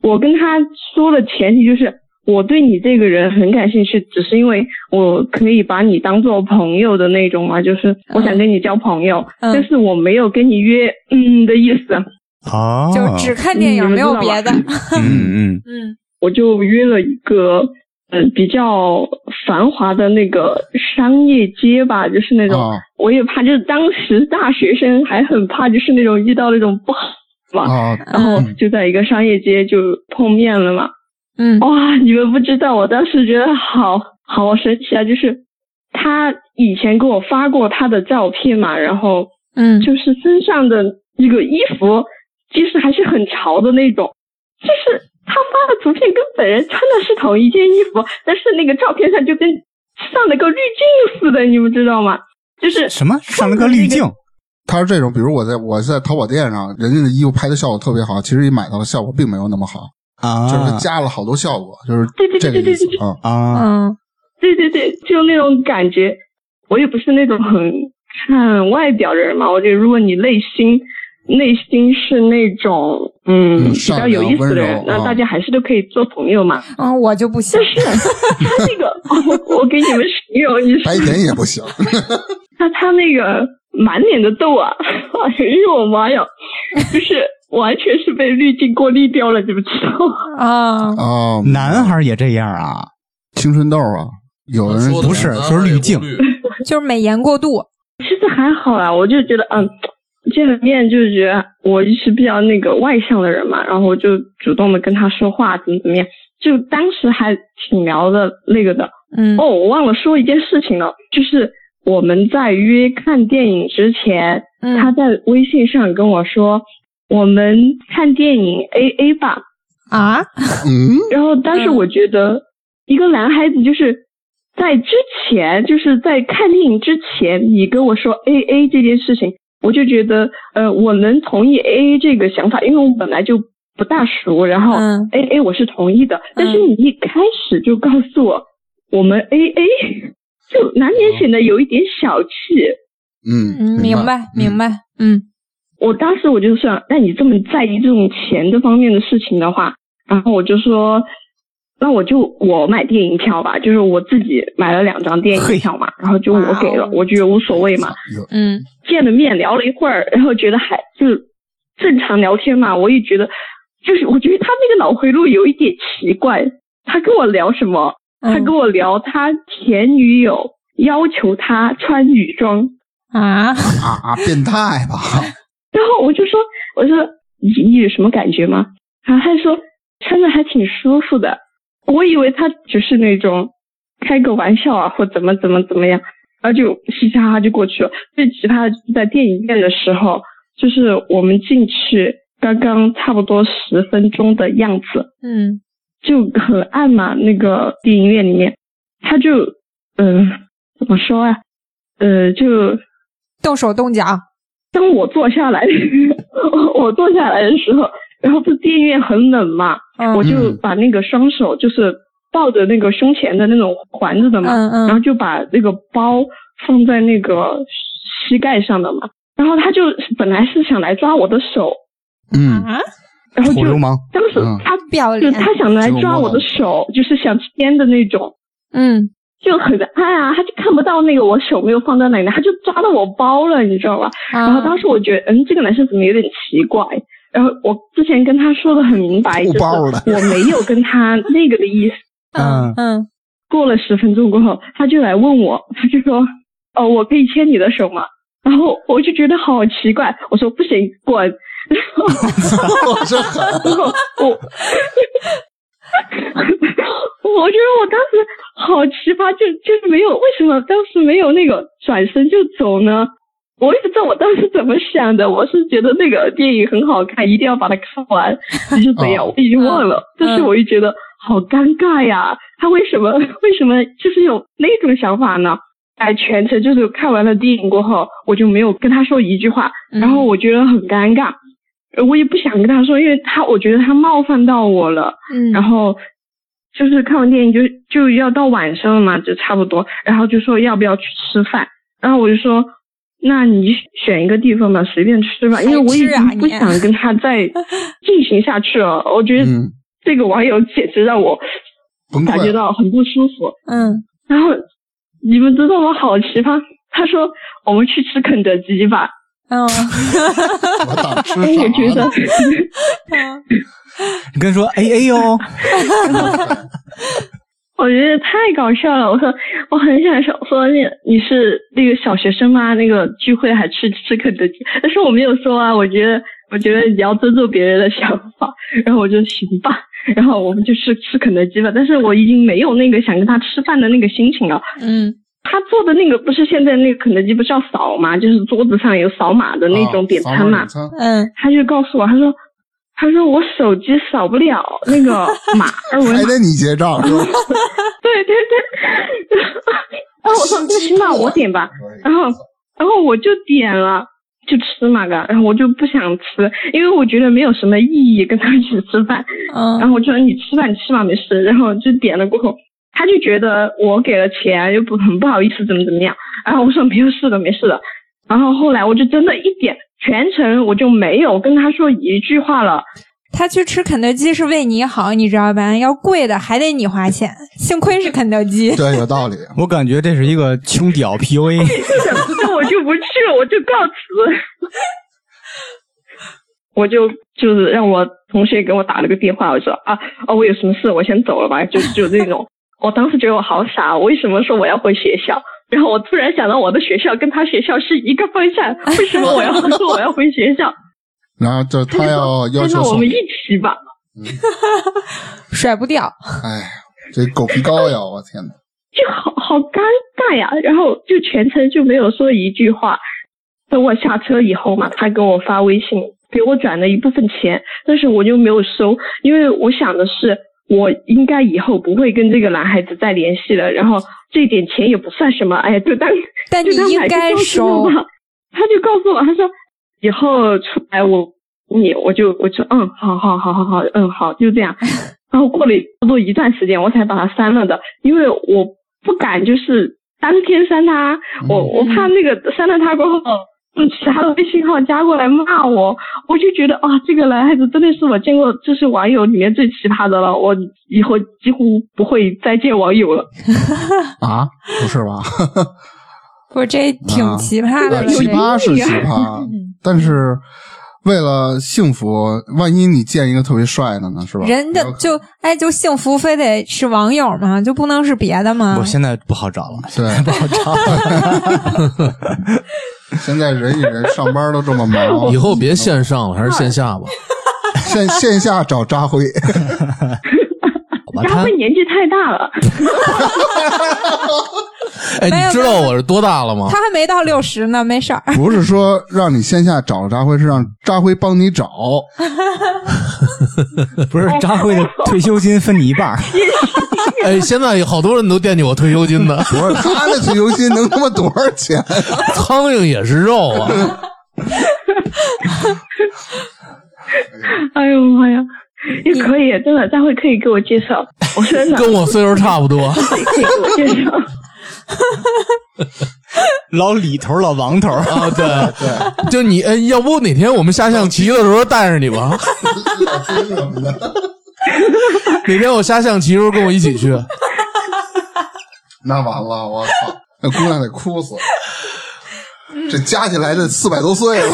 [SPEAKER 1] 我跟他说的前提就是。我对你这个人很感兴趣，只是因为我可以把你当做朋友的那种嘛，啊就是我想跟你交朋友。
[SPEAKER 4] 嗯
[SPEAKER 1] 但是我没有跟你约嗯的意思，
[SPEAKER 7] 啊，
[SPEAKER 4] 就只看电影，
[SPEAKER 1] 嗯
[SPEAKER 4] 没有别的。
[SPEAKER 7] 嗯嗯
[SPEAKER 4] 嗯
[SPEAKER 1] 我就约了一个嗯比较繁华的那个商业街吧，就是那种、
[SPEAKER 2] 啊
[SPEAKER 1] 我也怕，就是当时大学生还很怕，就是那种遇到那种不好嘛，
[SPEAKER 2] 啊，
[SPEAKER 1] 然后就在一个商业街就碰面了嘛。
[SPEAKER 4] 嗯
[SPEAKER 1] 哇，你们不知道，我当时觉得好好神奇啊！就是他以前给我发过他的照片嘛，然后
[SPEAKER 4] 嗯，
[SPEAKER 1] 就是身上的这个衣服，其实还是很潮的那种，就是他发的图片跟本人穿的是同一件衣服，但是那个照片上就跟上了个滤镜似的，你们知道吗？就是
[SPEAKER 7] 嗯，什么上了个滤镜？
[SPEAKER 2] 他是这种，比如我在我在淘宝店上，人家的衣服拍的效果特别好，其实一买到的效果并没有那么好，
[SPEAKER 7] 啊，
[SPEAKER 2] 就是加了好多效果，就是
[SPEAKER 1] 对对
[SPEAKER 2] 这
[SPEAKER 1] 对
[SPEAKER 2] 个
[SPEAKER 1] 对对
[SPEAKER 2] 意思
[SPEAKER 1] 对
[SPEAKER 2] 啊。
[SPEAKER 7] 啊，
[SPEAKER 4] 嗯
[SPEAKER 1] 对对对，就那种感觉。我也不是那种很看外表的人嘛，我觉得如果你内心内心是那种嗯
[SPEAKER 2] 嗯
[SPEAKER 1] 比较有意思的人
[SPEAKER 2] 善良温柔，
[SPEAKER 1] 那
[SPEAKER 2] 啊
[SPEAKER 1] 大家还是都可以做朋友嘛。
[SPEAKER 4] 嗯，我就不行
[SPEAKER 1] 但。 是他这个，我我给你们形容，你
[SPEAKER 2] 白
[SPEAKER 1] 说
[SPEAKER 2] 天也不行，
[SPEAKER 1] 他他那个满脸的痘啊， 哎呦我妈呀，就是完全是被滤镜过滤掉了，你们知道吗？
[SPEAKER 4] 啊，
[SPEAKER 2] 啊，
[SPEAKER 7] 男孩也这样啊？
[SPEAKER 2] 青春痘啊，有的人
[SPEAKER 7] 不是说滤镜
[SPEAKER 4] 就是美颜过度。
[SPEAKER 1] 其实还好啦，我就觉得，嗯，见了面就是觉得我是比较那个外向的人嘛，然后我就主动的跟他说话，怎么怎么样，就当时还挺聊的那个的。
[SPEAKER 4] 嗯
[SPEAKER 1] 哦，我忘了说一件事情了，就是我们在约看电影之前，
[SPEAKER 4] 嗯
[SPEAKER 1] 他在微信上跟我说，我们看电影 A A 吧。
[SPEAKER 4] 啊，
[SPEAKER 2] 嗯，
[SPEAKER 1] 然后，但是
[SPEAKER 4] 嗯
[SPEAKER 1] 我觉得一个男孩子就是在之前，就是在看电影之前，你跟我说 A A 这件事情，我就觉得呃，我能同意 A A 这个想法，因为我本来就不大熟，然后
[SPEAKER 4] 嗯
[SPEAKER 1] A A 我是同意的。但是
[SPEAKER 4] 嗯
[SPEAKER 1] 你一开始就告诉我我们 A A，就难
[SPEAKER 4] 哦
[SPEAKER 1] 免显得有一点小气。
[SPEAKER 2] 嗯，
[SPEAKER 4] 嗯，明白明
[SPEAKER 2] 白，
[SPEAKER 4] 白。嗯
[SPEAKER 1] 我当时我就想，那你这么在意这种钱这方面的事情的话，然后我就说，那我就我买电影票吧，就是我自己买了两张电影票嘛，然后就我给了
[SPEAKER 4] 哇哦，
[SPEAKER 1] 我觉得无所谓嘛。
[SPEAKER 2] 有
[SPEAKER 4] 嗯
[SPEAKER 1] 见了面聊了一会儿，然后觉得还就正常聊天嘛，我也觉得，就是我觉得他那个脑回路有一点奇怪，他跟我聊什么？他
[SPEAKER 4] 嗯
[SPEAKER 1] 跟我聊他前女友要求他穿女装。
[SPEAKER 4] 啊，
[SPEAKER 2] 啊，变态 吧？
[SPEAKER 1] 然后我就说，我说你你有什么感觉吗？然后他就说穿着还挺舒服的，我以为他只是那种开个玩笑啊，或怎么怎么怎么样，然后就嘻嘻哈哈就过去了。最奇葩的就是在电影院的时候，就是我们进去刚刚差不多十分钟的样子，
[SPEAKER 4] 嗯
[SPEAKER 1] 就很暗嘛，那个电影院里面，他就嗯、呃怎么说啊，呃就
[SPEAKER 4] 动手动脚，
[SPEAKER 1] 当我坐下来，
[SPEAKER 4] 嗯
[SPEAKER 1] 我坐下来的时候，然后不是电影院很冷嘛，
[SPEAKER 4] 嗯
[SPEAKER 1] 我就把那个双手就是抱着那个胸前的那种环子的嘛，
[SPEAKER 4] 嗯嗯
[SPEAKER 1] 然后就把那个包放在那个膝盖上的嘛，然后他就本来是想来抓我的手，
[SPEAKER 2] 嗯，
[SPEAKER 4] 啊，
[SPEAKER 1] 然后就
[SPEAKER 7] 臭流氓，
[SPEAKER 1] 当时
[SPEAKER 2] 嗯
[SPEAKER 1] 他、
[SPEAKER 4] 表
[SPEAKER 1] 就
[SPEAKER 4] 脸，
[SPEAKER 1] 他想来抓我的手，就是想牵的那种，
[SPEAKER 4] 嗯
[SPEAKER 1] 就很暗啊，他就看不到那个我手没有放在哪里，他就抓到我包了，你知道吧？
[SPEAKER 4] 啊，
[SPEAKER 1] 然后当时我觉得，嗯，这个男生怎么有点奇怪？然后我之前跟他说的很明白，
[SPEAKER 2] 偷
[SPEAKER 1] 就是
[SPEAKER 2] 包的
[SPEAKER 1] 我没有跟他那个的意思。
[SPEAKER 4] 嗯嗯
[SPEAKER 1] 过了十分钟过后，他就来问我，他就说：“哦，我可以牵你的手吗？”然后我就觉得好奇怪，我说：“不行，滚！”然后
[SPEAKER 2] 我这 狠，
[SPEAKER 1] 然后我， 我觉得我当时好奇葩，就就是没有为什么当时没有那个转身就走呢？我也不知道我当时怎么想的，我是觉得那个电影很好看，一定要把它看完，还是怎样？我已经忘了。但是我就觉得好尴尬呀，他为什么 为什么就是有那种想法呢？哎，全程就是看完了电影过后，我就没有跟他说一句话，
[SPEAKER 4] 嗯
[SPEAKER 1] 然后我觉得很尴尬，呃我也不想跟他说，因为他我觉得他冒犯到我了。
[SPEAKER 4] 嗯，
[SPEAKER 1] 然后就是看完电影就就要到晚上了嘛，就差不多，然后就说要不要去吃饭，然后我就说。那你选一个地方吧，随便吃吧，因为我已
[SPEAKER 4] 还吃啊
[SPEAKER 1] 经不
[SPEAKER 4] 你
[SPEAKER 1] 想跟他 再进行下去了。我觉得
[SPEAKER 2] 嗯
[SPEAKER 1] 这个网友简直让我
[SPEAKER 2] 崩
[SPEAKER 1] 感觉
[SPEAKER 2] 溃了，
[SPEAKER 1] 到很不舒服。
[SPEAKER 4] 嗯
[SPEAKER 1] 然后你们知道吗？好奇葩！他说我们去吃肯德基吧，
[SPEAKER 4] 嗯
[SPEAKER 2] 我当吃
[SPEAKER 1] 但我哎觉
[SPEAKER 2] 啥
[SPEAKER 1] 得
[SPEAKER 2] 了？
[SPEAKER 4] 嗯
[SPEAKER 7] 你跟他说哎哎呦，
[SPEAKER 1] 我觉得太搞笑了。我说我很想说说那你是那个小学生吗？那个聚会还去吃肯德基？但是我没有说啊，我觉得我觉得你要尊重别人的想法。然后我就行吧，然后我们就去吃肯德基吧。但是我已经没有那个想跟他吃饭的那个心情了。
[SPEAKER 4] 嗯
[SPEAKER 1] 他做的那个不是现在那个肯德基不是要扫码，就是桌子上有扫码的那种点餐嘛
[SPEAKER 2] 啊。扫码点
[SPEAKER 4] 嗯，
[SPEAKER 1] 他就告诉我，他说，他说我手机扫不了那个 码二维
[SPEAKER 2] 餐还
[SPEAKER 1] 码，
[SPEAKER 2] 得你 结账是吧？
[SPEAKER 1] 对对 对。然后我说那行吧，我点吧。然后然后我就点了，就吃嘛个，然后我就不想吃，因为我觉得没有什么意义跟他一起吃饭。然
[SPEAKER 4] 嗯
[SPEAKER 1] 后我就说你吃吧，你吃吧，没事。然后就点了过后，他就觉得我给了钱，又不很不好意思，怎么怎么样。然后我说没有事的，没事的。然后后来我就真的一点，全程我就没有跟他说一句话了。
[SPEAKER 4] 他去吃肯德基是为你好，你知道吧？要贵的还得你花钱，幸亏是肯德 基。
[SPEAKER 2] 对，有道理。
[SPEAKER 7] 我感觉这是一个穷屌 PUA，
[SPEAKER 1] 那我就不去了，我就告辞。我就就是让我同学给我打了个电话，我说啊哦，我有什么事，我先走了吧，就就那种。我当时觉得我好傻，我为什么说我要回学校？然后我突然想到我的学校跟他学校是一个方向，为什么我要 说我要回学校？
[SPEAKER 2] 然后就他要要
[SPEAKER 1] 哎
[SPEAKER 2] 求
[SPEAKER 1] 那我
[SPEAKER 2] 送
[SPEAKER 1] 们
[SPEAKER 2] 礼
[SPEAKER 1] 一，起吧。
[SPEAKER 4] 甩不掉，
[SPEAKER 2] 哎，这狗皮膏药，我天哪！
[SPEAKER 1] 就好好尴尬呀。然后就全程就没有说一句话。等我下车以后嘛，他给我发微信，给我转了一部分钱，但是我就没有收，因为我想的是我应该以后不会跟这个男孩子再联系了，然后这点钱也不算什么，哎呀，就当
[SPEAKER 4] 但你
[SPEAKER 1] 就当
[SPEAKER 4] 应
[SPEAKER 1] 买个
[SPEAKER 4] 该
[SPEAKER 1] 装饰
[SPEAKER 4] 收
[SPEAKER 1] 用。吧。 他就告诉我，他说以后出来我你我就我就嗯，好好好好好，嗯好，就这 样。然后过了差不多一段时间，我才把他删了的，因为我不敢就是当天删他，
[SPEAKER 4] 嗯
[SPEAKER 1] 我我怕那个删了他过后。嗯，其他的微信号加过来骂我，我就觉得啊，这个男孩子真的是我见过就是网友里面最奇葩的了，我以后几乎不会再见网友了。
[SPEAKER 2] 啊，不是吧？
[SPEAKER 4] 不，这挺
[SPEAKER 2] 啊
[SPEAKER 4] 奇葩的
[SPEAKER 2] 呃
[SPEAKER 4] 了，
[SPEAKER 2] 奇
[SPEAKER 4] 这
[SPEAKER 2] 葩是奇 葩，
[SPEAKER 4] 嗯
[SPEAKER 2] 但是为了幸福，万一你见一个特别帅的呢，是吧？
[SPEAKER 4] 人的就哎，就幸福非得是网友吗？就不能是别的吗
[SPEAKER 7] 我？现在不好找了。
[SPEAKER 2] 对，不好找。 现在人与人上班都这么 忙
[SPEAKER 6] 以，后别 线上了，还是线下吧。
[SPEAKER 2] 线线下找扎辉，
[SPEAKER 6] 吧，
[SPEAKER 4] 啊
[SPEAKER 1] 佳
[SPEAKER 6] 他
[SPEAKER 1] 慧年纪太大了，
[SPEAKER 6] 哎，
[SPEAKER 4] 没有
[SPEAKER 6] 你知道我是多大了吗
[SPEAKER 4] 他？还没到六十呢，没事儿。
[SPEAKER 2] 不是说让你线下找扎辉，是让扎辉帮你找。
[SPEAKER 7] 不是扎辉的退休金分你一半儿，
[SPEAKER 6] 哎，现在有好多人都惦记我退休 金呢。
[SPEAKER 2] 不是他那退休金能他妈多少钱？
[SPEAKER 6] 苍蝇也是肉啊！
[SPEAKER 1] 哎呦妈呀！
[SPEAKER 4] 嗯
[SPEAKER 1] 也可以，真的，佳慧可以给我介 绍，我身上
[SPEAKER 6] 跟我岁数差不多。
[SPEAKER 1] 可以给我介 绍。
[SPEAKER 7] 老李头儿老王头儿，
[SPEAKER 2] 哦
[SPEAKER 6] 啊，对对， 就你，哎，要不哪天我们下象棋的时候带着你 吧？哪天我下象棋的时候跟我一起 去？
[SPEAKER 2] 那完了，我操，那姑娘得哭死。这加起来得四百多岁了，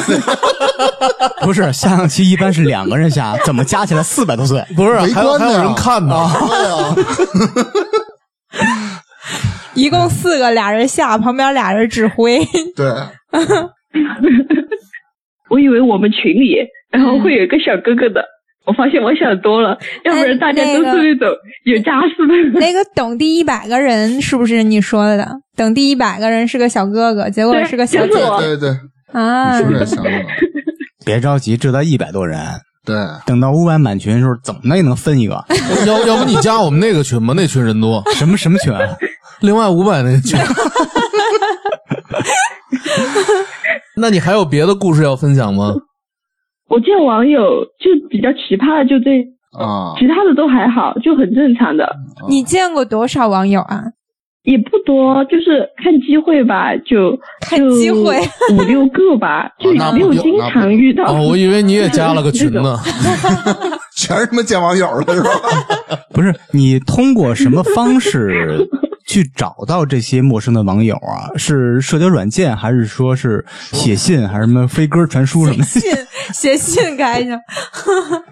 [SPEAKER 7] 不是下象棋一般是两个人下，怎么加起来四百多岁？啊
[SPEAKER 6] 不是，
[SPEAKER 2] 围
[SPEAKER 6] 还有
[SPEAKER 2] 观
[SPEAKER 6] 还
[SPEAKER 2] 呢
[SPEAKER 6] 有人看呢。
[SPEAKER 2] 对呀，
[SPEAKER 4] 一共四个，俩人下，旁边俩人指挥。
[SPEAKER 2] 对，
[SPEAKER 1] 我以为我们群里，然后会有一个小哥哥的，我发现我想多了，要不然大家都是那种有家室的。
[SPEAKER 4] 哎那个等第一百个人是不是你说的？等第一百个人是个小哥哥，结果
[SPEAKER 1] 对
[SPEAKER 4] 是个小姐
[SPEAKER 1] 就是我
[SPEAKER 4] 姐
[SPEAKER 2] 对对对，
[SPEAKER 4] 啊
[SPEAKER 7] 嗯
[SPEAKER 2] 你！说这想法，
[SPEAKER 7] 别着急，这才一百多人，
[SPEAKER 2] 对，
[SPEAKER 7] 等到五百满群的时候，怎么的也能分一个。
[SPEAKER 6] 要要不你加我们那个群吧，那群人多。
[SPEAKER 7] 什么什么群啊？
[SPEAKER 6] 另外五百那 群，那你还有别的故事要分享 吗？
[SPEAKER 1] 我见网友就比较奇葩的，就这，
[SPEAKER 2] 啊，
[SPEAKER 1] 其他的都还好，就很正常的，
[SPEAKER 4] 你见过多少网友啊？
[SPEAKER 1] 也不多，就是看机会吧，就
[SPEAKER 4] 看机会
[SPEAKER 1] 就五六个吧，就
[SPEAKER 2] 哦
[SPEAKER 1] 也
[SPEAKER 2] 那不
[SPEAKER 1] 没有
[SPEAKER 2] 就
[SPEAKER 1] 经
[SPEAKER 2] 那不
[SPEAKER 1] 常遇到。
[SPEAKER 6] 哦，我以为你也加了个群呢。
[SPEAKER 2] 全是他妈见网友了是吧？
[SPEAKER 7] 不是你通过什么方式去找到这些陌生的网友啊？是社交软件，还是说是写信，还是什么飞鸽传书 什么 的？
[SPEAKER 4] 信写信该行，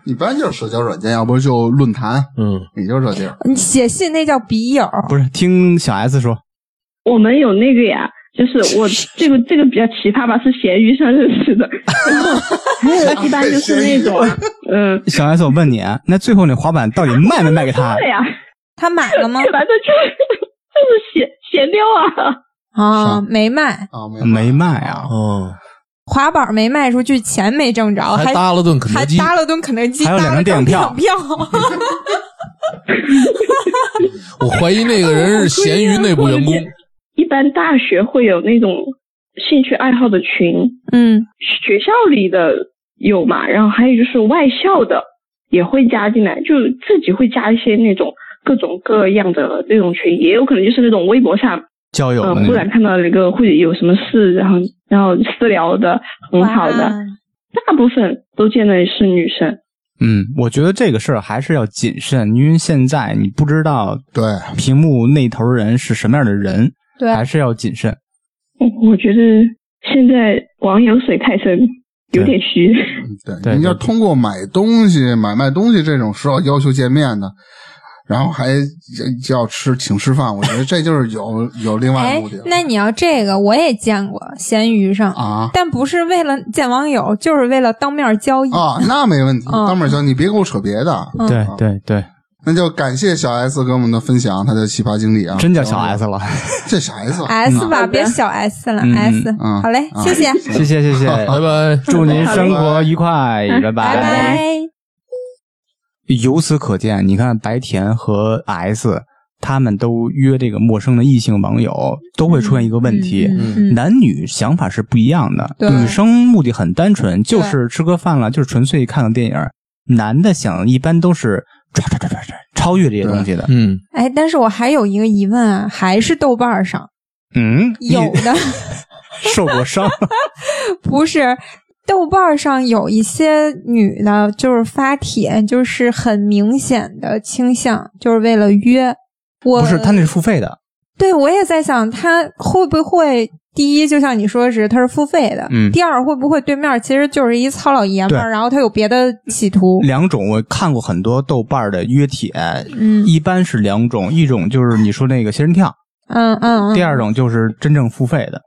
[SPEAKER 2] 一般就是社交软件，要不就论坛，
[SPEAKER 6] 嗯，
[SPEAKER 2] 也就这地儿。
[SPEAKER 4] 你写信那叫笔友。
[SPEAKER 7] 不是，听小 S 说，
[SPEAKER 1] 我们有那个呀， 就是我这个这个比较奇葩吧，是闲鱼上认识的，然后还有一般就是那种，嗯，
[SPEAKER 7] 小 S，我问你啊，那最后那滑板到底卖没卖给他？
[SPEAKER 1] 对呀，
[SPEAKER 4] 他买了吗
[SPEAKER 1] 这？男的就是就是闲闲聊啊，
[SPEAKER 4] 啊，没卖，
[SPEAKER 2] 啊，
[SPEAKER 7] 没卖啊，
[SPEAKER 6] 哦，
[SPEAKER 4] 滑板没卖出去，钱没挣着，还
[SPEAKER 6] 还搭了顿肯德
[SPEAKER 4] 还
[SPEAKER 6] 基，
[SPEAKER 4] 搭了顿肯德基，
[SPEAKER 7] 还有两
[SPEAKER 4] 搭了
[SPEAKER 7] 张电
[SPEAKER 4] 张
[SPEAKER 7] 影
[SPEAKER 4] 票
[SPEAKER 7] 票。
[SPEAKER 6] 我怀疑那个人是咸鱼内部员工。
[SPEAKER 1] 一般大学会有那种兴趣爱好的群，
[SPEAKER 4] 嗯，
[SPEAKER 1] 学校里的有嘛，然后还有就是外校的也会加进来，就自己会加一些那种各种各样的那种群，也有可能就是那种微博上，
[SPEAKER 7] 交友
[SPEAKER 1] 呃，
[SPEAKER 7] 的那
[SPEAKER 1] 忽然
[SPEAKER 7] 种。
[SPEAKER 1] 看到了一个会有什么事，然后然后私聊的很好
[SPEAKER 4] 哇
[SPEAKER 1] 的，大部分都见的是女生。
[SPEAKER 7] 嗯，我觉得这个事儿还是要谨慎，因为现在你不知道
[SPEAKER 2] 对，
[SPEAKER 7] 屏幕那头人是什么样的人，
[SPEAKER 4] 对，
[SPEAKER 7] 还是要谨慎。
[SPEAKER 1] 我我觉得现在网友水太深，有点虚。
[SPEAKER 2] 对，
[SPEAKER 7] 对
[SPEAKER 2] 你要
[SPEAKER 7] 对
[SPEAKER 2] 通过买东西、买卖东西这种是要要求见面的，然后还要吃请吃饭，我觉得这就是有有另外的
[SPEAKER 4] 哎
[SPEAKER 2] 目的，了
[SPEAKER 4] 那你要这个我也见过，闲鱼上，
[SPEAKER 2] 啊
[SPEAKER 4] 但不是为了见网友，就是为了当面交易。
[SPEAKER 2] 啊，那没问题。
[SPEAKER 4] 嗯
[SPEAKER 7] 哦
[SPEAKER 2] 当面交，你别给我扯别的。
[SPEAKER 4] 嗯
[SPEAKER 7] 对对对，
[SPEAKER 2] 那就感谢小 S 给我们的分享，她的奇葩经历啊，
[SPEAKER 7] 真叫小 S 了。
[SPEAKER 2] 这小 S 啊
[SPEAKER 4] S 吧，
[SPEAKER 1] 好的
[SPEAKER 4] 别小 S 了
[SPEAKER 7] 嗯
[SPEAKER 4] ，S
[SPEAKER 2] 嗯。
[SPEAKER 4] 好嘞，谢谢，
[SPEAKER 7] 谢谢谢谢，
[SPEAKER 6] 拜拜。
[SPEAKER 7] 祝您生活愉快，
[SPEAKER 4] 拜
[SPEAKER 7] 拜
[SPEAKER 4] 嗯拜。
[SPEAKER 7] 由此可见，你看白田和 S 他们都约这个陌生的异性网友，都会出现一个问题。
[SPEAKER 4] 嗯嗯嗯
[SPEAKER 7] 男女想法是不一样的，
[SPEAKER 4] 对
[SPEAKER 7] 女生目的很单纯，就是吃个饭了，就是纯粹看个电影儿。男的想一般都是唰唰唰唰唰超越这些东西的。
[SPEAKER 6] 嗯，
[SPEAKER 4] 哎，但是我还有一个疑问啊，还是豆瓣上
[SPEAKER 7] 嗯，你
[SPEAKER 4] 有的，
[SPEAKER 7] 受过伤？
[SPEAKER 4] 不是豆瓣上有一些女的，就是发帖，就是很明显的倾向，就是为了约。 我
[SPEAKER 7] 不是，他那是付费的。
[SPEAKER 4] 对，我也在想，他会不会第一，就像你说的是，他是付费的；
[SPEAKER 7] 嗯
[SPEAKER 4] 第二，会不会对面其实就是一糙老爷们儿，
[SPEAKER 7] 对
[SPEAKER 4] 然后他有别的企图？
[SPEAKER 7] 两种，我看过很多豆瓣儿的约帖，
[SPEAKER 4] 嗯
[SPEAKER 7] 一般是两种，一种就是你说那个仙人跳，
[SPEAKER 4] 嗯嗯嗯。
[SPEAKER 7] 第二，种就是真正付费的。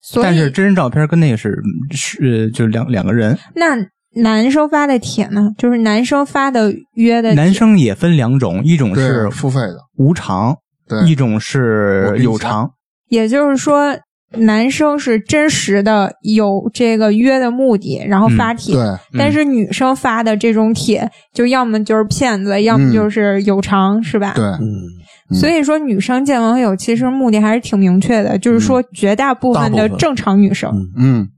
[SPEAKER 4] 所
[SPEAKER 7] 但是
[SPEAKER 4] 以
[SPEAKER 7] 真人照片跟那个是是呃，就是两两个人，
[SPEAKER 4] 那男生发的帖呢，就是男生发的约的帖
[SPEAKER 7] 男生也分两种，一种是
[SPEAKER 2] 对，付费的，
[SPEAKER 7] 无偿，
[SPEAKER 2] 对
[SPEAKER 7] 一种是有偿。
[SPEAKER 4] 也就是说，男生是真实的有这个约的目的，然后发帖。
[SPEAKER 2] 嗯对，
[SPEAKER 4] 但是女生发的这种帖，就要么就是骗子，要么就是有偿，是吧？
[SPEAKER 2] 嗯对，
[SPEAKER 6] 嗯，
[SPEAKER 2] 嗯
[SPEAKER 4] 所以说，女生见网友其实目的还是挺明确的，就是说绝大部分
[SPEAKER 6] 大
[SPEAKER 4] 的
[SPEAKER 6] 部分
[SPEAKER 4] 正常女生
[SPEAKER 6] 嗯
[SPEAKER 2] 嗯，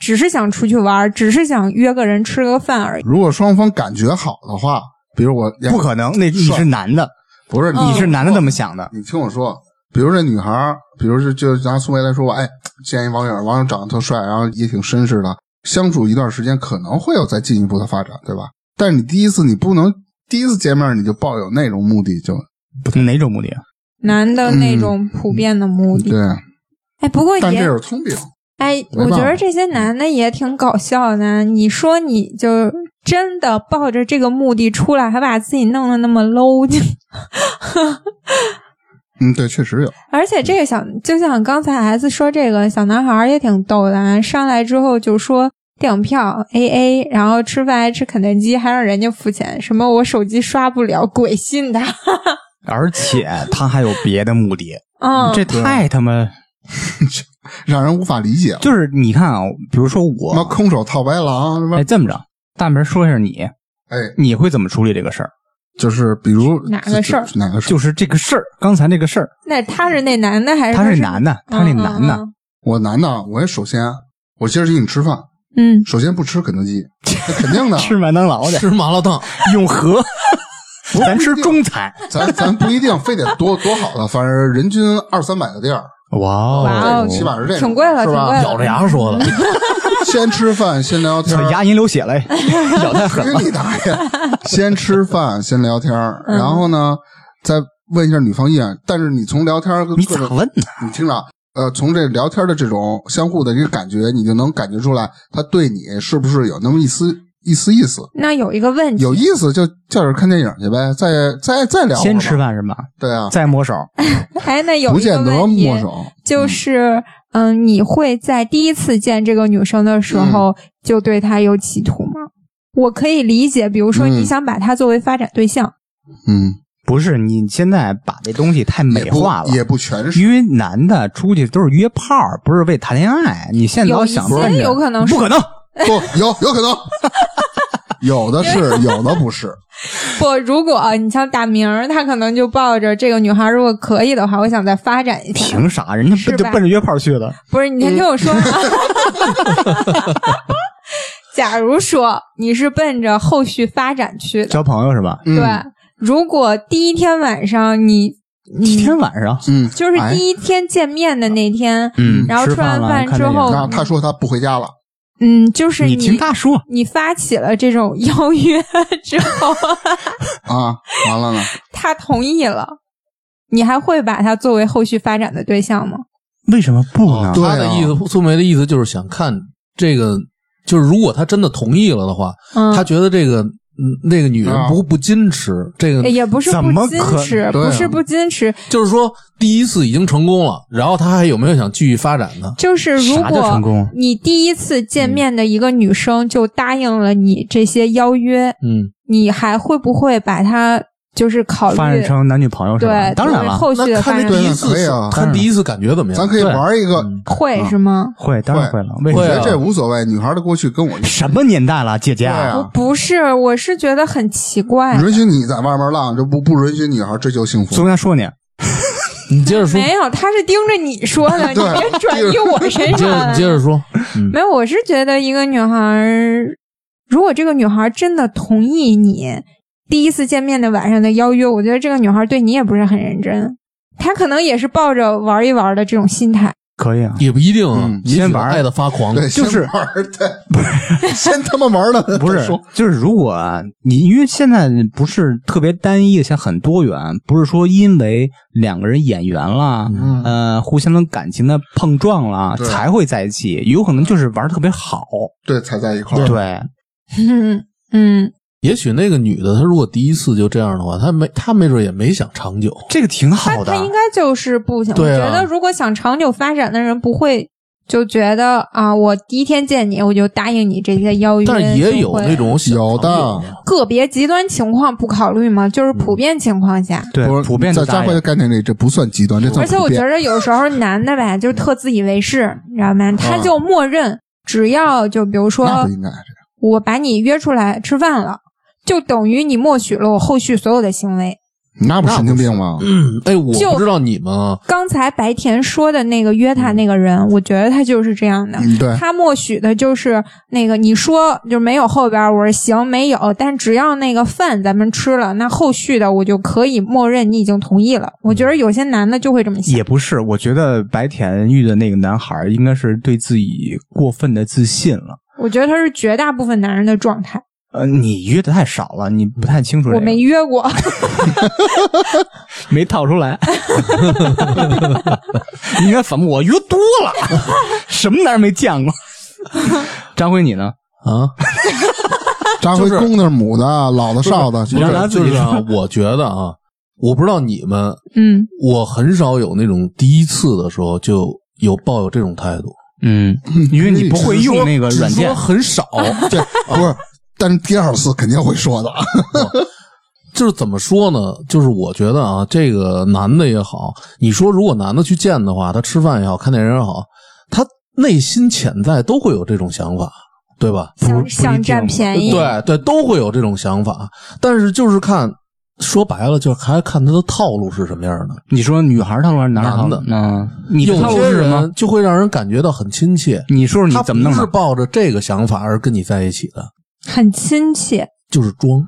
[SPEAKER 4] 只是想出去玩儿，只是想约个人吃个饭而已。
[SPEAKER 2] 如果双方感觉好的话，比如我
[SPEAKER 7] 不可能，那你
[SPEAKER 2] 帅
[SPEAKER 7] 是男的，
[SPEAKER 2] 不是
[SPEAKER 7] 你是男的怎么想的？
[SPEAKER 2] 你听我说，比如这女孩儿，比如是就拿苏梅来说吧，哎，见一网友，网友长得特帅，然后也挺绅士的，相处一段时间可能会有再进一步的发展，对吧？但是你第一次你不能第一次见面你就抱有那种目的就，
[SPEAKER 7] 哪种目的啊？
[SPEAKER 4] 男的那种普遍的目的，
[SPEAKER 2] 嗯对，
[SPEAKER 4] 哎，不过
[SPEAKER 2] 但
[SPEAKER 4] 也
[SPEAKER 2] 这是通病，
[SPEAKER 4] 哎，
[SPEAKER 2] 没
[SPEAKER 4] 我
[SPEAKER 2] 办
[SPEAKER 4] 觉
[SPEAKER 2] 法
[SPEAKER 4] 得这些男的也挺搞笑的。你说你就真的抱着这个目的出来，还把自己弄得那么 low，就
[SPEAKER 2] 嗯，对，确实有，
[SPEAKER 4] 而且这个小就像刚才 S 说这个小男孩儿也挺逗的，啊，上来之后就说电影票 A A，然后吃饭还吃肯德基，还让人家付钱，什么我手机刷不了，鬼信他。
[SPEAKER 7] 而且他还有别的目的，
[SPEAKER 4] 嗯，
[SPEAKER 7] 这太他妈
[SPEAKER 2] 让人无法理解了。
[SPEAKER 7] 就是你看啊，比如说
[SPEAKER 2] 什么
[SPEAKER 7] 我，
[SPEAKER 2] 空手套白狼，什么
[SPEAKER 7] 哎，这么着，大明说一下你，
[SPEAKER 2] 哎，
[SPEAKER 7] 你会怎么处理这个事儿？
[SPEAKER 2] 就是比如
[SPEAKER 4] 哪个事儿
[SPEAKER 2] 就哪个事儿？
[SPEAKER 7] 就是这个事儿，刚才那个事儿，
[SPEAKER 4] 那他是那男的还是
[SPEAKER 7] 他
[SPEAKER 4] 哎是嗯哦
[SPEAKER 7] 是男的，他是那男的，
[SPEAKER 2] 我男的，啊我也首先我今儿请你吃饭，
[SPEAKER 4] 嗯，
[SPEAKER 2] 首先不吃肯德 基，那肯定的，
[SPEAKER 7] 吃麦当劳去，
[SPEAKER 6] 吃麻辣烫，
[SPEAKER 7] 永和，
[SPEAKER 2] 不
[SPEAKER 7] 咱吃中餐。
[SPEAKER 2] 咱咱不一定非得多多好啊的，反正人均二三百个地儿，
[SPEAKER 7] 哇
[SPEAKER 4] 哇
[SPEAKER 7] 哦，
[SPEAKER 4] 哦，
[SPEAKER 2] 起码是这样
[SPEAKER 4] 挺贵了，
[SPEAKER 2] 是
[SPEAKER 4] 挺
[SPEAKER 2] 吧
[SPEAKER 4] 贵了，
[SPEAKER 6] 咬着牙说 的，
[SPEAKER 2] 先吃饭，先聊天
[SPEAKER 7] 操
[SPEAKER 2] 儿，
[SPEAKER 7] 牙龈流血了，哎咬太狠了
[SPEAKER 2] 去。你大爷！先吃饭，先聊天 儿，
[SPEAKER 7] 嗯
[SPEAKER 2] 然后呢，再问一下女方意愿。但是你从聊天儿跟
[SPEAKER 7] 你
[SPEAKER 2] 各
[SPEAKER 7] 咋
[SPEAKER 2] 种，
[SPEAKER 7] 问呢？
[SPEAKER 2] 你听着，呃，从这聊天的这种相互的这个感觉，你就能感觉出来，他对你是不是有那么一丝一丝意思？
[SPEAKER 4] 那有一个问题，
[SPEAKER 2] 有意思就叫着看电影去呗，再再再聊会儿吧。
[SPEAKER 7] 先吃饭是吧？
[SPEAKER 2] 对啊，
[SPEAKER 7] 再摸手，
[SPEAKER 4] 哎，那有
[SPEAKER 2] 不
[SPEAKER 4] 一个
[SPEAKER 2] 见得
[SPEAKER 4] 问题
[SPEAKER 2] 陌生。
[SPEAKER 4] 就是，嗯，你会在第一次见这个女生的时
[SPEAKER 7] 嗯
[SPEAKER 4] 候就对她有企图吗？我可以理解，比如说你
[SPEAKER 2] 嗯
[SPEAKER 4] 想把她作为发展对象，
[SPEAKER 2] 嗯，
[SPEAKER 7] 不是你现在把这东西太美
[SPEAKER 2] 也不
[SPEAKER 7] 化了。
[SPEAKER 2] 也不全是。
[SPEAKER 7] 因为男的出去都是约炮，不是为谈恋爱。你现在老想
[SPEAKER 4] 有一些
[SPEAKER 7] 奔着
[SPEAKER 4] 有可能是
[SPEAKER 7] 不可能，
[SPEAKER 2] 不，有有可能，有的是，有的不是。
[SPEAKER 4] 不，如果啊你像大明儿，他可能就抱着这个女孩，如果可以的话，我想再发展一下。
[SPEAKER 7] 凭啥？人家
[SPEAKER 4] 是
[SPEAKER 7] 不就
[SPEAKER 4] 吧
[SPEAKER 7] 奔着约炮去的？
[SPEAKER 4] 不是，你
[SPEAKER 7] 嗯
[SPEAKER 4] 先听我说。啊 假如说你是奔着后续发展去的，
[SPEAKER 7] 交朋友是吧？
[SPEAKER 2] 嗯
[SPEAKER 4] 对，，如果第一天晚上你你
[SPEAKER 7] 一天晚上，
[SPEAKER 2] 嗯，
[SPEAKER 4] 就是
[SPEAKER 2] 哎
[SPEAKER 4] 第一天见面的那天，
[SPEAKER 7] 嗯
[SPEAKER 4] 然后
[SPEAKER 7] 吃
[SPEAKER 4] 吃完
[SPEAKER 7] 了
[SPEAKER 4] 饭之
[SPEAKER 7] 看电影
[SPEAKER 4] 后
[SPEAKER 2] 那他说他不回家了，
[SPEAKER 4] 嗯，就是
[SPEAKER 7] 你听他说，
[SPEAKER 4] 你发起了这种邀约之后，
[SPEAKER 2] 啊，完了呢，
[SPEAKER 4] 他同意了，你还会把他作为后续发展的对象吗？
[SPEAKER 7] 为什么不
[SPEAKER 4] 哦
[SPEAKER 7] 呢？
[SPEAKER 2] 对啊
[SPEAKER 6] 他的意思，苏梅的意思就是想看这个，就是如果他真的同意了的话，
[SPEAKER 4] 嗯，
[SPEAKER 6] 他觉得这个嗯那个女
[SPEAKER 2] 啊
[SPEAKER 6] 人不不矜持，这个
[SPEAKER 4] 哎也不是
[SPEAKER 7] 怎
[SPEAKER 4] 不
[SPEAKER 7] 么可
[SPEAKER 4] 矜持，
[SPEAKER 2] 对啊
[SPEAKER 4] 不是不矜持，
[SPEAKER 6] 就是说第一次已经成功了，然后他还有没有想继续发展呢？
[SPEAKER 4] 就是如
[SPEAKER 7] 啥叫成
[SPEAKER 4] 果
[SPEAKER 7] 功？嗯
[SPEAKER 4] 你第一次见面的一个女生就答应了你这些邀约，
[SPEAKER 6] 嗯，
[SPEAKER 4] 你还会不会把她就是考虑
[SPEAKER 7] 发展成男女朋友是吧？
[SPEAKER 4] 对
[SPEAKER 7] 当然
[SPEAKER 4] 作为
[SPEAKER 7] 了，
[SPEAKER 4] 后续
[SPEAKER 6] 那
[SPEAKER 4] 的发
[SPEAKER 6] 看
[SPEAKER 4] 展
[SPEAKER 6] 这第一次
[SPEAKER 2] 可以啊
[SPEAKER 6] 看第一次感觉怎么样？
[SPEAKER 2] 咱可以
[SPEAKER 7] 对
[SPEAKER 2] 玩一个，
[SPEAKER 6] 嗯
[SPEAKER 4] 会是吗？
[SPEAKER 7] 会当然会了。为什
[SPEAKER 2] 我
[SPEAKER 7] 么
[SPEAKER 6] 会
[SPEAKER 2] 觉得
[SPEAKER 6] 啊
[SPEAKER 2] 这无所谓。女孩的过去跟我
[SPEAKER 7] 什么年代了，姐姐？
[SPEAKER 2] 对啊
[SPEAKER 4] 不是，我是觉得很奇怪。
[SPEAKER 2] 允许你在外面浪，就不不允许女孩追求幸
[SPEAKER 7] 昨
[SPEAKER 2] 福。
[SPEAKER 7] 天说你，
[SPEAKER 6] 你接着说，
[SPEAKER 4] 没有，他是盯着你说 的，你
[SPEAKER 2] 对
[SPEAKER 4] 别转移我身
[SPEAKER 6] 你接
[SPEAKER 4] 上
[SPEAKER 6] 着
[SPEAKER 4] 来
[SPEAKER 6] 你接。着说，
[SPEAKER 4] 没有，我是觉得一个女孩儿，如果这个女孩儿真的同意你第一次见面的晚上的邀约，我觉得这个女孩儿对你也不是很认真，她可能也是抱着玩一玩的这种心态。
[SPEAKER 7] 可以啊。
[SPEAKER 6] 也不一定啊
[SPEAKER 2] 嗯，
[SPEAKER 6] 也许
[SPEAKER 7] 先玩
[SPEAKER 6] 爱的发狂，
[SPEAKER 2] 对，
[SPEAKER 7] 就是
[SPEAKER 2] 先玩儿对，不是先他妈玩了，
[SPEAKER 7] 不是
[SPEAKER 2] 再说，
[SPEAKER 7] 就是如果啊你因为现在不是特别单一，像很多元，不是说因为两个人眼缘啦，
[SPEAKER 2] 嗯
[SPEAKER 7] 呃，互相的感情的碰撞啦，
[SPEAKER 2] 对
[SPEAKER 7] 才会在一起，有可能就是玩得特别好，
[SPEAKER 2] 对才在一块儿。
[SPEAKER 7] 对，
[SPEAKER 4] 嗯嗯，
[SPEAKER 6] 也许那个女的，她如果第一次就这样的话，她没她没准也没想长久。
[SPEAKER 7] 这个挺
[SPEAKER 4] 她
[SPEAKER 7] 好的
[SPEAKER 4] 她。应该就是不行。我
[SPEAKER 6] 对啊
[SPEAKER 4] 觉得如果想长久发展的人，不会就觉得啊，我第一天见你，我就答应你这些邀约。
[SPEAKER 6] 但是也
[SPEAKER 4] 就
[SPEAKER 6] 有
[SPEAKER 4] 会
[SPEAKER 6] 那种小
[SPEAKER 2] 有的
[SPEAKER 6] 场景
[SPEAKER 4] 个别极端情况不考虑吗？就是普
[SPEAKER 2] 嗯
[SPEAKER 4] 遍情况下，
[SPEAKER 7] 对
[SPEAKER 2] 不是
[SPEAKER 7] 普遍
[SPEAKER 2] 在
[SPEAKER 7] 的
[SPEAKER 2] 扎
[SPEAKER 7] 答
[SPEAKER 2] 辉的
[SPEAKER 7] 应。
[SPEAKER 2] 概念里，这不算极端，这算
[SPEAKER 4] 而且
[SPEAKER 2] 普
[SPEAKER 4] 我觉
[SPEAKER 2] 遍。嗯
[SPEAKER 4] 得有时候男的吧，就是特自以为是，你知道吗？他就默认只要就比如
[SPEAKER 2] 啊那
[SPEAKER 4] 说
[SPEAKER 2] 不应该，
[SPEAKER 4] 我把你约出来吃饭了，就等于你默许了我后续所有的行为。
[SPEAKER 2] 那不神经病吗？
[SPEAKER 6] 嗯，哎，我
[SPEAKER 4] 就
[SPEAKER 6] 不知道你们啊，
[SPEAKER 4] 刚才白田说的那个约他那个人，我觉得他就是这样的。
[SPEAKER 2] 嗯，对，
[SPEAKER 4] 他默许的就是那个你说就没有后边儿，我说行没有，但只要那个饭咱们吃了，那后续的我就可以默认你已经同意了。我觉得有些男的就会这么想
[SPEAKER 7] 也，不是，我觉得白田遇的那个男孩应该是对自己过分的自信了。
[SPEAKER 4] 我觉得他是绝大部分男人的状态。
[SPEAKER 7] 呃，你约的太少了，你不太清楚、这个，
[SPEAKER 4] 我没约过，
[SPEAKER 7] 没套出来。 你应该反驳我约多了，什么男人没见过？张辉，你呢？
[SPEAKER 2] 啊扎辉公的、母的、老的、少的，
[SPEAKER 6] 不
[SPEAKER 2] 就是是
[SPEAKER 7] 让他自
[SPEAKER 6] 就
[SPEAKER 7] 己
[SPEAKER 6] 是啊，我觉得啊，我不知道你们，
[SPEAKER 4] 嗯，
[SPEAKER 6] 我很少有那种第一次的时候就有抱有这种态度，
[SPEAKER 7] 嗯，因为你不会用那个软
[SPEAKER 6] 只
[SPEAKER 7] 件
[SPEAKER 6] 说，很少，
[SPEAKER 2] 哦 这
[SPEAKER 4] 哦
[SPEAKER 2] 不是，但是第二次肯定会说的。
[SPEAKER 6] 就是怎么说呢？就是我觉得啊，这个男的也好，你说如果男的去见的话，他吃饭也好看电影也好，他内心潜在都会有这种想法，对吧？
[SPEAKER 4] 想想占便宜，
[SPEAKER 6] 对对，都会有这种想法，但是就是看，说白了，就是还看他的套路是什么样的。
[SPEAKER 7] 你说女孩套路还是男孩套路
[SPEAKER 6] 男的
[SPEAKER 7] 嗯，你的
[SPEAKER 6] 有
[SPEAKER 7] 套路
[SPEAKER 6] 些
[SPEAKER 7] 是什么？
[SPEAKER 6] 人就会让人感觉到很亲切。
[SPEAKER 7] 你说说
[SPEAKER 6] 他
[SPEAKER 7] 你怎么弄
[SPEAKER 6] 不是
[SPEAKER 7] 的？
[SPEAKER 6] 抱着这个想法而跟你在一起的，
[SPEAKER 4] 很亲切。
[SPEAKER 6] 就是装。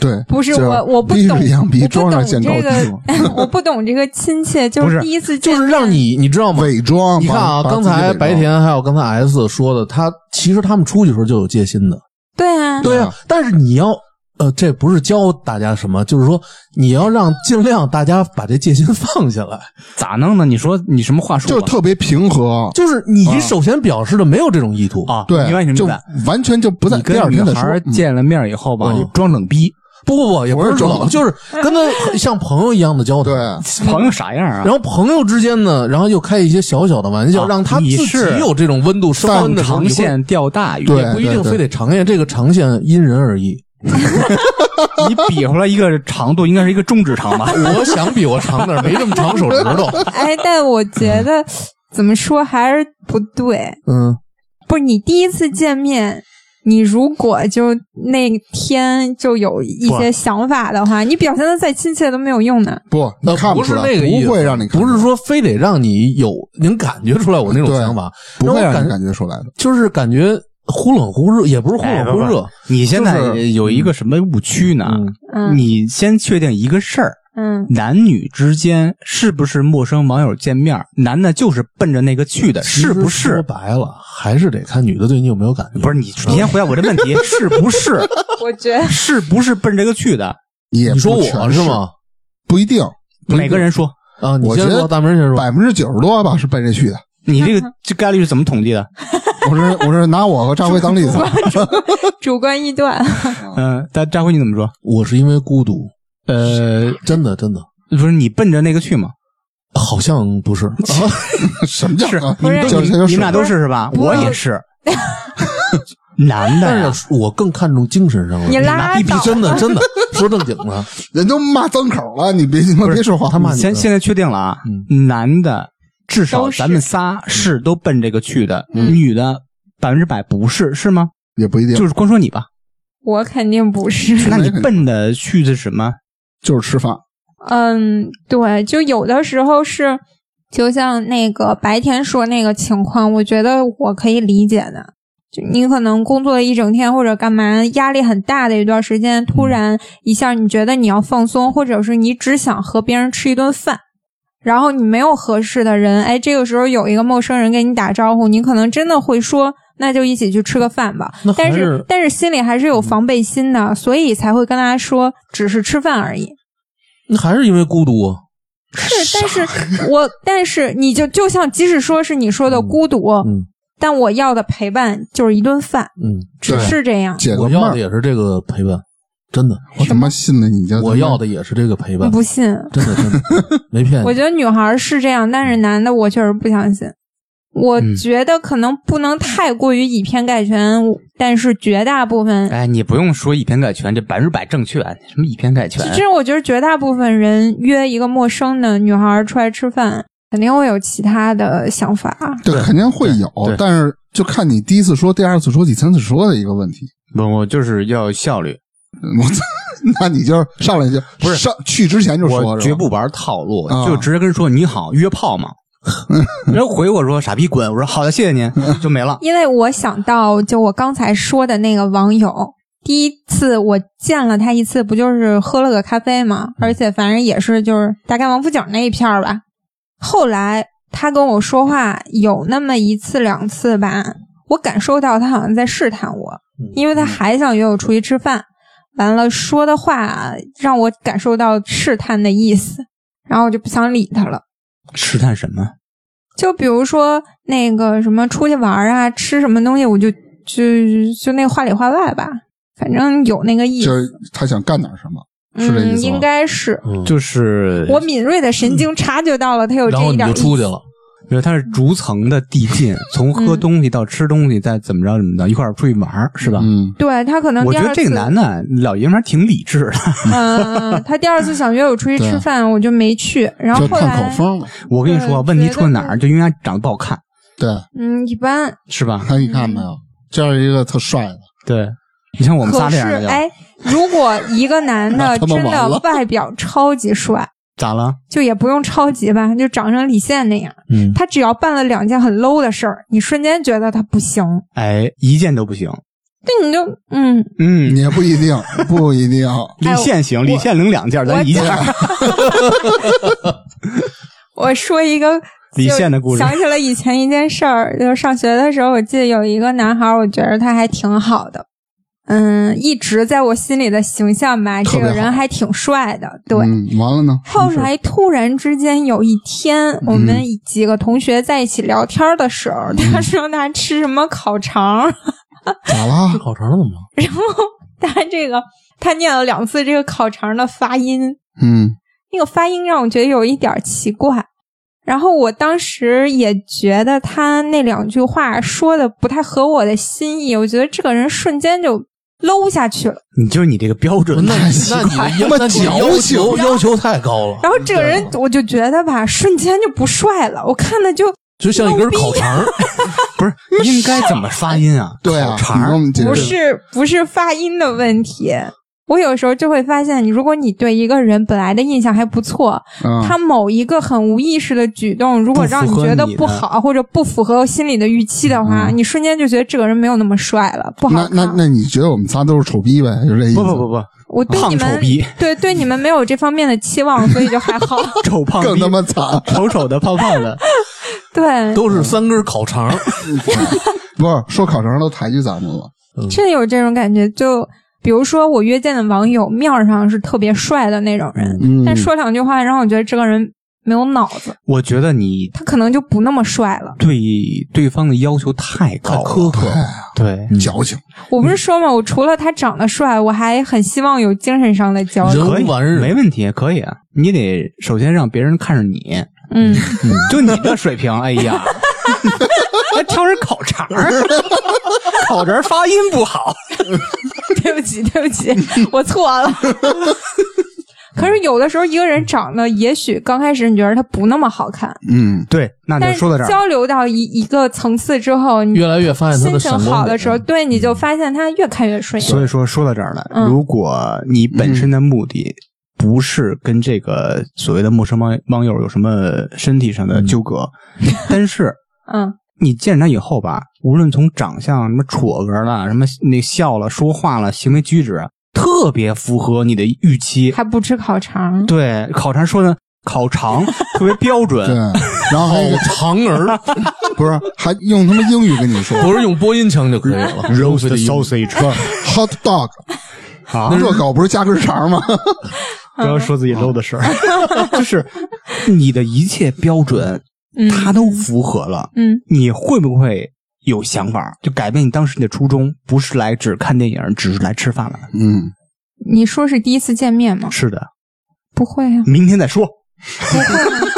[SPEAKER 2] 对，
[SPEAKER 4] 不是
[SPEAKER 2] 就
[SPEAKER 4] 我，我不
[SPEAKER 2] 逼
[SPEAKER 4] 懂，
[SPEAKER 2] 着一样逼，
[SPEAKER 4] 我不
[SPEAKER 2] 装
[SPEAKER 4] 懂
[SPEAKER 2] 上见高
[SPEAKER 4] 这
[SPEAKER 2] 低嘛
[SPEAKER 4] 个， 我不懂这个亲切，就
[SPEAKER 7] 不是
[SPEAKER 4] 第一次见
[SPEAKER 6] 就
[SPEAKER 4] 面，
[SPEAKER 6] 是让你，你知道吗？
[SPEAKER 2] 伪装。
[SPEAKER 6] 你看啊，
[SPEAKER 2] 把
[SPEAKER 6] 刚才白，田还有刚才 S 说的，他其实他们出去的时候就有戒心的，
[SPEAKER 4] 对啊，
[SPEAKER 6] 对啊。但是你要，呃，这不是教大家什么，就是说你要让尽量大家把这戒心放下来。
[SPEAKER 7] 咋弄呢？你说你什么话
[SPEAKER 2] 把自己伪装
[SPEAKER 7] 术啊
[SPEAKER 2] 就
[SPEAKER 7] 吧？
[SPEAKER 2] 特别平和，
[SPEAKER 6] 就是你首先表示的没有这种意图
[SPEAKER 7] 啊，
[SPEAKER 2] 对，
[SPEAKER 7] 你完全
[SPEAKER 2] 就
[SPEAKER 7] 明白。
[SPEAKER 2] 完全就不在
[SPEAKER 7] 你
[SPEAKER 2] 第
[SPEAKER 7] 跟
[SPEAKER 2] 二
[SPEAKER 7] 女
[SPEAKER 2] 天再
[SPEAKER 7] 孩
[SPEAKER 2] 说。嗯
[SPEAKER 7] 见了面以后吧，
[SPEAKER 6] 嗯
[SPEAKER 7] 你装冷逼，
[SPEAKER 6] 不不不，也不
[SPEAKER 2] 不
[SPEAKER 6] 是
[SPEAKER 2] 是
[SPEAKER 6] 这
[SPEAKER 2] 装
[SPEAKER 6] 种，就是跟他像朋友一样的交谈。
[SPEAKER 2] 嗯对，
[SPEAKER 7] 朋友啥样啊
[SPEAKER 6] 然？后朋友之间呢，然后又开一些小小的玩笑，
[SPEAKER 7] 啊
[SPEAKER 6] 让他自
[SPEAKER 7] 你
[SPEAKER 6] 己
[SPEAKER 7] 是
[SPEAKER 6] 有这种温度升温的时候，
[SPEAKER 7] 长
[SPEAKER 6] 你会
[SPEAKER 7] 线钓大鱼，
[SPEAKER 2] 对
[SPEAKER 6] 也不一定非得长线，这个长线因人而异。
[SPEAKER 7] 你比划了一个长度，应该是一个中指长吧？
[SPEAKER 6] 我想比我长点儿，没这么长手指头。
[SPEAKER 4] 哎，但我觉得怎么说还是不对。
[SPEAKER 6] 嗯，
[SPEAKER 4] 不是你第一次见面，你如果就那天就有一些想法的话，你表现的再亲切都没有用的。
[SPEAKER 2] 不，你
[SPEAKER 6] 呃
[SPEAKER 2] 看
[SPEAKER 6] 不
[SPEAKER 2] 出
[SPEAKER 6] 是
[SPEAKER 2] 来，
[SPEAKER 6] 那个意思，
[SPEAKER 2] 不会让你看
[SPEAKER 6] 不
[SPEAKER 2] 出
[SPEAKER 6] 是
[SPEAKER 2] 来
[SPEAKER 6] 说非得让你有能感觉出来我那种
[SPEAKER 2] 对
[SPEAKER 6] 想法，
[SPEAKER 2] 不会
[SPEAKER 6] 让我
[SPEAKER 2] 让你
[SPEAKER 6] 感
[SPEAKER 2] 感觉出来的。
[SPEAKER 6] 就是感觉忽冷忽热，也不是忽冷忽热，
[SPEAKER 7] 你现在
[SPEAKER 6] 就是
[SPEAKER 7] 有一个什么误区呢？
[SPEAKER 6] 嗯
[SPEAKER 4] 嗯
[SPEAKER 7] 你先确定一个事儿，
[SPEAKER 4] 嗯，
[SPEAKER 7] 男女之间是不是陌生网友见面，男的就是奔着那个去的，
[SPEAKER 6] 其实
[SPEAKER 7] 是不
[SPEAKER 6] 说
[SPEAKER 7] 是？
[SPEAKER 6] 白了，还是得看女的对你有没有感觉。
[SPEAKER 7] 不是你，你先回答我这问题，是不是？
[SPEAKER 4] 我觉得
[SPEAKER 7] 是不是奔着这个去的？
[SPEAKER 2] 也
[SPEAKER 6] 你说
[SPEAKER 2] 不
[SPEAKER 6] 我
[SPEAKER 2] 全
[SPEAKER 6] 是
[SPEAKER 2] 是？
[SPEAKER 6] 吗？
[SPEAKER 2] 不一定，
[SPEAKER 7] 每个人说，
[SPEAKER 6] 啊，你
[SPEAKER 2] 我
[SPEAKER 6] 先
[SPEAKER 2] 觉
[SPEAKER 6] 说，
[SPEAKER 2] 得
[SPEAKER 6] 大明先说。
[SPEAKER 2] 百分之九十多吧是奔这去的。
[SPEAKER 7] 你这个这概率是怎么统计的？
[SPEAKER 2] 我是我是拿我和扎辉当例子，啊
[SPEAKER 4] 主观臆断，
[SPEAKER 7] 嗯，但张辉你怎么说？
[SPEAKER 6] 我是因为孤独，
[SPEAKER 7] 呃，
[SPEAKER 6] 真的真的，
[SPEAKER 7] 不是你奔着那个去吗？
[SPEAKER 6] 好像不 是。
[SPEAKER 2] 什么叫
[SPEAKER 7] 是
[SPEAKER 2] 啊，
[SPEAKER 7] 你们
[SPEAKER 2] 就
[SPEAKER 7] 都
[SPEAKER 2] 是
[SPEAKER 7] 你
[SPEAKER 2] 他就
[SPEAKER 7] 你们俩都
[SPEAKER 2] 是
[SPEAKER 7] 是是吧？
[SPEAKER 4] 是
[SPEAKER 7] 我也是， 男的呀
[SPEAKER 6] 但，是我更看重精神上的。
[SPEAKER 4] 你拉倒
[SPEAKER 6] 真的真的说正经的，
[SPEAKER 2] 人都骂脏口了，你别你嗯们别说话，
[SPEAKER 6] 他骂你
[SPEAKER 7] 现现在确定了啊，男的至少
[SPEAKER 4] 都是
[SPEAKER 7] 咱们仨是都奔这个去的，
[SPEAKER 2] 嗯
[SPEAKER 7] 女的百分之百不是，是吗？
[SPEAKER 2] 也不一定，
[SPEAKER 7] 就是光说你吧，
[SPEAKER 4] 我肯定不是。
[SPEAKER 7] 那你奔的去的什么？
[SPEAKER 2] 就是吃饭，
[SPEAKER 4] 嗯，对，就有的时候是，就像那个白天说那个情况，我觉得我可以理解的。就你可能工作了一整天或者干嘛，压力很大的一段时间，
[SPEAKER 6] 嗯
[SPEAKER 4] 突然一下你觉得你要放松，或者是你只想和别人吃一顿饭，然后你没有合适的人，哎，这个时候有一个陌生人跟你打招呼，你可能真的会说。那就一起去吃个饭吧
[SPEAKER 6] 那，还
[SPEAKER 4] 但
[SPEAKER 6] 是嗯
[SPEAKER 4] 但是心里还是有防备心的，所以才会跟大家说只是吃饭而已。
[SPEAKER 6] 那还是因为孤独啊。
[SPEAKER 4] 是，但是 我但是你就就像即使说是你说的孤独，
[SPEAKER 6] 嗯
[SPEAKER 4] 但我要的陪伴就是一顿饭，
[SPEAKER 6] 嗯，
[SPEAKER 4] 只
[SPEAKER 2] 对
[SPEAKER 4] 是这样。
[SPEAKER 2] 解
[SPEAKER 6] 我
[SPEAKER 2] 个闷
[SPEAKER 6] 要的
[SPEAKER 2] 儿。
[SPEAKER 6] 也是这个陪伴，真的，
[SPEAKER 2] 我他妈信了你家，
[SPEAKER 6] 我要的也是这个陪伴，
[SPEAKER 4] 不信，
[SPEAKER 6] 嗯 真的真的没骗
[SPEAKER 4] 我
[SPEAKER 6] 你。
[SPEAKER 4] 觉得女孩是这样，但是男的我确实不相信。我
[SPEAKER 7] 嗯
[SPEAKER 4] 觉得可能不能太过于以偏概全，但是绝大部分，
[SPEAKER 9] 哎，你不用说以偏概全，这百分之百正确，什么以偏概全
[SPEAKER 4] 其？实我觉得绝大部分人约一个陌生的女孩出来吃饭，肯定会有其他的想法。
[SPEAKER 2] 对，肯定会有
[SPEAKER 9] 对，
[SPEAKER 2] 但是就看你第一次说、第二次说、第三次说的一个问题。
[SPEAKER 9] 不，我就是要有效率，
[SPEAKER 2] 我 操，那你就上来就
[SPEAKER 9] 不是
[SPEAKER 2] 上去之前就说，
[SPEAKER 9] 我
[SPEAKER 2] 是
[SPEAKER 9] 绝
[SPEAKER 2] 吧
[SPEAKER 9] 不玩套路，
[SPEAKER 2] 啊
[SPEAKER 9] 就直接跟人说你好，约炮 嘛。然后回我说傻逼滚，我说好的，谢谢 您，就没了。
[SPEAKER 4] 因为我想到，就我刚才说的那个网友，第一次我见了他一次，不就是喝了个咖啡嘛？而且反正也是就是大概王府井那一片儿吧。后来他跟我说话有那么一次两次吧，我感受到他好像在试探我，因为他还想约我出去吃饭。完了，说的话让我感受到试探的意思，然后我就不想理他了。
[SPEAKER 7] 试探什么？
[SPEAKER 4] 就比如说那个什么出去玩儿啊，吃什么东西，我就就就那个话里话外吧，反正有那个意
[SPEAKER 2] 就
[SPEAKER 4] 思，
[SPEAKER 2] 是他想干点什么，是这意
[SPEAKER 4] 嗯，
[SPEAKER 2] 思吗嗯
[SPEAKER 4] 应该是。
[SPEAKER 7] 就是
[SPEAKER 4] 我敏锐的神经察觉到了他有这
[SPEAKER 6] 然后
[SPEAKER 4] 一
[SPEAKER 6] 你
[SPEAKER 4] 点
[SPEAKER 6] 就
[SPEAKER 4] 意思
[SPEAKER 6] 出去了。
[SPEAKER 7] 比如它是逐层的递进，从喝东西到吃东西，再怎么着怎么着，一块儿出去玩儿是吧？
[SPEAKER 2] 嗯，
[SPEAKER 4] 对他可能
[SPEAKER 7] 我
[SPEAKER 4] 第
[SPEAKER 7] 觉
[SPEAKER 4] 二次，
[SPEAKER 7] 得这个男的老爷们儿挺理智的，
[SPEAKER 4] 嗯，嗯他第二次想约我出去
[SPEAKER 2] 对啊
[SPEAKER 4] 吃饭，我就没去。然后
[SPEAKER 2] 就
[SPEAKER 4] 后
[SPEAKER 2] 探口
[SPEAKER 4] 来，
[SPEAKER 2] 风了。
[SPEAKER 7] 我跟你说，
[SPEAKER 4] 对
[SPEAKER 7] 问题出在哪儿？
[SPEAKER 4] 绝对是
[SPEAKER 7] 就因为他长得不好看，
[SPEAKER 2] 对，
[SPEAKER 4] 嗯，一般。
[SPEAKER 7] 是吧？
[SPEAKER 2] 那你看没
[SPEAKER 4] 嗯
[SPEAKER 2] 有，这样一个特帅的，
[SPEAKER 7] 对，你像我们仨
[SPEAKER 4] 可
[SPEAKER 7] 这
[SPEAKER 4] 是
[SPEAKER 7] 样的就，
[SPEAKER 4] 哎，如果一个 男的
[SPEAKER 2] 他妈
[SPEAKER 4] 真
[SPEAKER 2] 完
[SPEAKER 4] 的
[SPEAKER 2] 了
[SPEAKER 4] 外表超级帅，
[SPEAKER 7] 咋了？
[SPEAKER 4] 就也不用超级吧，就长成李现那样。
[SPEAKER 7] 嗯，
[SPEAKER 4] 他只要办了两件很 low 的事儿，你瞬间觉得他不行，
[SPEAKER 7] 哎，一件都不行。
[SPEAKER 4] 对，你就嗯，
[SPEAKER 7] 嗯，
[SPEAKER 2] 也不 一定，不一定。
[SPEAKER 7] 李现行，李现领两件，咱一件。
[SPEAKER 4] 我说一个
[SPEAKER 7] 李现的故事
[SPEAKER 4] 就想起了以前一件事儿，就是上学的时候，我记得有一个男孩儿，我觉得他还挺好的，嗯，一直在我心里的形象吧，
[SPEAKER 2] 特
[SPEAKER 4] 这
[SPEAKER 2] 别
[SPEAKER 4] 个人
[SPEAKER 2] 好
[SPEAKER 4] 还挺帅的，对。
[SPEAKER 2] 嗯，完了呢，
[SPEAKER 4] 后来突然之间有一天，我们
[SPEAKER 2] 嗯
[SPEAKER 4] 几个同学在一起聊天儿的时候，他说他吃什么烤肠儿，
[SPEAKER 2] 咋了？
[SPEAKER 6] 烤肠怎么了？
[SPEAKER 4] 他这个他念了两次这个烤肠儿的发音，
[SPEAKER 2] 嗯，
[SPEAKER 4] 那个发音让我觉得有一点儿奇怪。然后我当时也觉得他那两句话说的不太合我的心意，我觉得这个人瞬间就 low 下去了。
[SPEAKER 7] 你就是你这个标准，
[SPEAKER 6] 那那你的要
[SPEAKER 2] 妈
[SPEAKER 6] 那你的要
[SPEAKER 2] 矫情
[SPEAKER 6] 求要求太高了，
[SPEAKER 4] 然后这个人我就觉得吧，瞬间就不帅了。我看的就
[SPEAKER 6] 就像一根烤肠，
[SPEAKER 7] 不是应该怎么发音啊？
[SPEAKER 2] 对啊，
[SPEAKER 7] 烤
[SPEAKER 2] 你给我
[SPEAKER 7] 肠
[SPEAKER 2] 们解
[SPEAKER 4] 不
[SPEAKER 2] 释。
[SPEAKER 4] 是不是发音的问题。我有时候就会发现，你如果你对一个人本来的印象还不错，
[SPEAKER 2] 嗯，
[SPEAKER 4] 他某一个很无意识的举动，如果让你
[SPEAKER 7] 不符合
[SPEAKER 4] 觉得
[SPEAKER 7] 你的嗯
[SPEAKER 4] 不好或者不符合心里的预期的话，你瞬间就觉得这个人没有那么帅了，不好
[SPEAKER 2] 那
[SPEAKER 4] 看。
[SPEAKER 2] 那那你觉得我们仨都是丑逼呗？就这意思。
[SPEAKER 7] 不不不不，
[SPEAKER 4] 我对你
[SPEAKER 7] 胖
[SPEAKER 4] 们
[SPEAKER 7] 丑逼，
[SPEAKER 4] 对对你们没有这方面的期 望，所以就还好。
[SPEAKER 7] 丑胖
[SPEAKER 2] 更
[SPEAKER 7] 逼
[SPEAKER 2] 他妈惨。
[SPEAKER 7] 丑丑的胖胖的，
[SPEAKER 4] 对，
[SPEAKER 6] 都是三根烤肠。
[SPEAKER 2] 不是说烤肠都抬举咱们了，
[SPEAKER 4] 真的有这种感觉。就比如说我约见的网友，面儿上是特别帅的那种人，
[SPEAKER 2] 嗯
[SPEAKER 4] 但说两句话让我觉得这个人没有脑子，
[SPEAKER 7] 我觉得你
[SPEAKER 4] 他可能就不那么帅了。
[SPEAKER 7] 对对方的要求太高了，苛刻对，
[SPEAKER 2] 矫情。
[SPEAKER 4] 我不是说嘛，我除了他长得帅，我还很希望有精神上的交流。
[SPEAKER 7] 可以
[SPEAKER 6] 人无完人
[SPEAKER 7] 没问题，可以。啊你得首先让别人看上你，
[SPEAKER 4] 嗯，
[SPEAKER 7] 就你这水平，哎 呀，还挑人烤肠儿，烤肠儿发音不好，
[SPEAKER 4] 对不起，对不起，我错了。 可是有的时候，一个人长得也许刚开始你觉得他不那么好看，
[SPEAKER 2] 嗯，
[SPEAKER 7] 对，那
[SPEAKER 4] 但
[SPEAKER 7] 就是说到这儿，
[SPEAKER 4] 交流到一一个层次之后，你
[SPEAKER 6] 越来越发现他
[SPEAKER 4] 心
[SPEAKER 6] 的
[SPEAKER 4] 情
[SPEAKER 6] 闪光
[SPEAKER 4] 好的
[SPEAKER 6] 点
[SPEAKER 4] 时候，对你就发现他越看越顺眼。
[SPEAKER 7] 所以说说到这儿了，
[SPEAKER 4] 嗯
[SPEAKER 7] 如果你本身的目的不是跟这个所谓的陌生网网友有什么身体上的纠葛，但是
[SPEAKER 4] 嗯，
[SPEAKER 7] 你见着他以后吧，无论从长相、什么戳个了、什么那笑了、说话了、行为举止，特别符合你的预期。
[SPEAKER 4] 还不吃烤肠，
[SPEAKER 7] 对，烤肠说的烤肠特别标
[SPEAKER 2] 对。
[SPEAKER 4] 嗯
[SPEAKER 7] 准，
[SPEAKER 2] 然后
[SPEAKER 6] 嗯烤
[SPEAKER 2] 还有一个
[SPEAKER 6] 肠儿
[SPEAKER 2] 不是还用他妈英语跟你说
[SPEAKER 6] 不是用播音腔就 可以了。
[SPEAKER 7] roast sausage
[SPEAKER 2] hot dog，
[SPEAKER 7] 啊，
[SPEAKER 2] 热狗不是加根肠吗？
[SPEAKER 7] 不要说自己 low 的事儿， 就是你的一切标准，
[SPEAKER 4] 嗯
[SPEAKER 7] 他都符合了，
[SPEAKER 4] 嗯，
[SPEAKER 7] 你会不会有想法，就改变你当时的初衷，不是来只看电影，只是来吃饭了？
[SPEAKER 2] 嗯，
[SPEAKER 4] 你说是第一次见面吗？
[SPEAKER 7] 是的，
[SPEAKER 4] 不会啊，
[SPEAKER 7] 明天再说。
[SPEAKER 4] 不会、啊。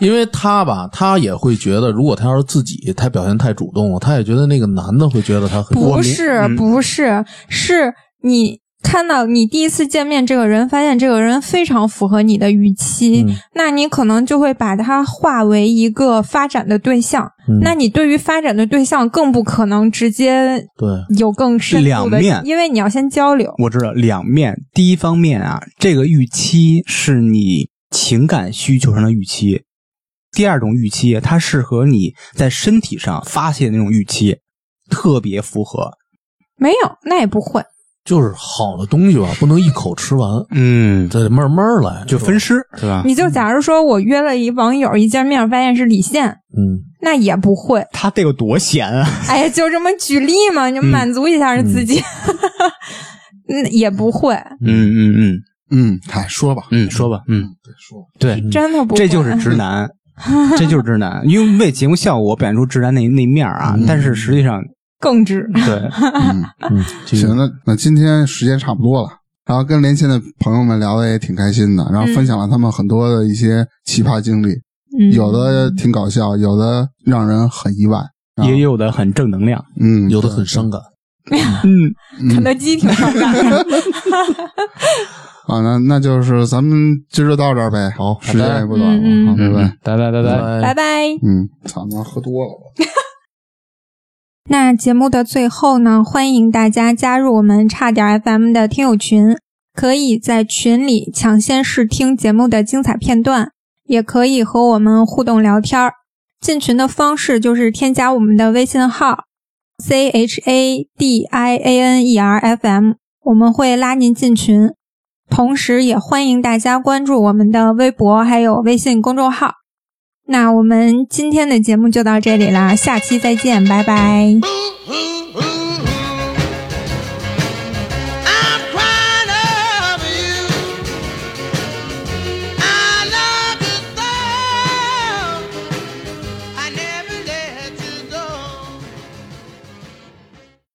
[SPEAKER 6] 因为他吧，他也会觉得，如果他要是自己太表现太主动了，他也觉得那个男的会觉得他很嗯
[SPEAKER 4] 不是不是，是你看到你第一次见面这个人，发现这个人非常符合你的预期，
[SPEAKER 6] 嗯
[SPEAKER 4] 那你可能就会把他化为一个发展的对象。
[SPEAKER 6] 嗯
[SPEAKER 4] 那你对于发展的对象，更不可能直接
[SPEAKER 6] 对，
[SPEAKER 4] 有更深入的，
[SPEAKER 7] 两面
[SPEAKER 4] 因为你要先交流。
[SPEAKER 6] 嗯
[SPEAKER 7] 我知道两面，第一方面啊，这个预期是你情感需求上的预期；第二种预期，它是和你在身体上发泄的那种预期特别符合。
[SPEAKER 4] 没有，那也不会。
[SPEAKER 6] 啊就是好的东西吧，不能一口吃完，
[SPEAKER 7] 嗯，
[SPEAKER 6] 得慢慢来，
[SPEAKER 7] 就是
[SPEAKER 6] 吧
[SPEAKER 7] 分尸是吧？
[SPEAKER 4] 你就假如说我约了一网友，一见面发现是李现，
[SPEAKER 6] 嗯，
[SPEAKER 4] 那也不会。
[SPEAKER 7] 他得有多闲啊？
[SPEAKER 4] 哎呀，就这么举例嘛，
[SPEAKER 6] 嗯
[SPEAKER 4] 你就满足一下自己。 嗯，也不会，
[SPEAKER 7] 嗯嗯嗯
[SPEAKER 2] 嗯，嗨，说吧，
[SPEAKER 7] 嗯，说吧，嗯，对，说对，
[SPEAKER 4] 真的不会。
[SPEAKER 7] 这就是直男，这就是直男，因为我们为节目效果表现出直男那那面儿啊，但是实际上
[SPEAKER 4] 更直。
[SPEAKER 7] 对，
[SPEAKER 2] 嗯，
[SPEAKER 6] 嗯，这个
[SPEAKER 2] 行，那那今天时间差不多了，然后跟连线的朋友们聊的也挺开心的，然后分享了他们很多的一些奇葩经历，
[SPEAKER 4] 嗯，
[SPEAKER 2] 有的挺搞笑，有的让人很意外，然后
[SPEAKER 7] 也有的很正能量，
[SPEAKER 2] 嗯，
[SPEAKER 6] 有的很伤感。
[SPEAKER 7] 嗯。
[SPEAKER 4] 肯德基挺伤感 的。
[SPEAKER 2] 啊，那那就是咱们今儿就到这儿呗，好，时间也不短
[SPEAKER 4] 嗯嗯
[SPEAKER 2] 了，好，拜拜，
[SPEAKER 7] 拜拜拜拜。
[SPEAKER 4] 拜拜。
[SPEAKER 2] 嗯，操，他妈喝多了我。
[SPEAKER 4] 那节目的最后呢，欢迎大家加入我们差点 FM 的听友群，可以在群里抢先试听节目的精彩片段，也可以和我们互动聊天儿。进群的方式就是添加我们的微信号 c h a d i a n e r f m，我们会拉您进群。同时，也欢迎大家关注我们的微博还有微信公众号。那我们今天的节目就到这里啦，下期再见，拜拜。
[SPEAKER 5] Boo hoo hoo.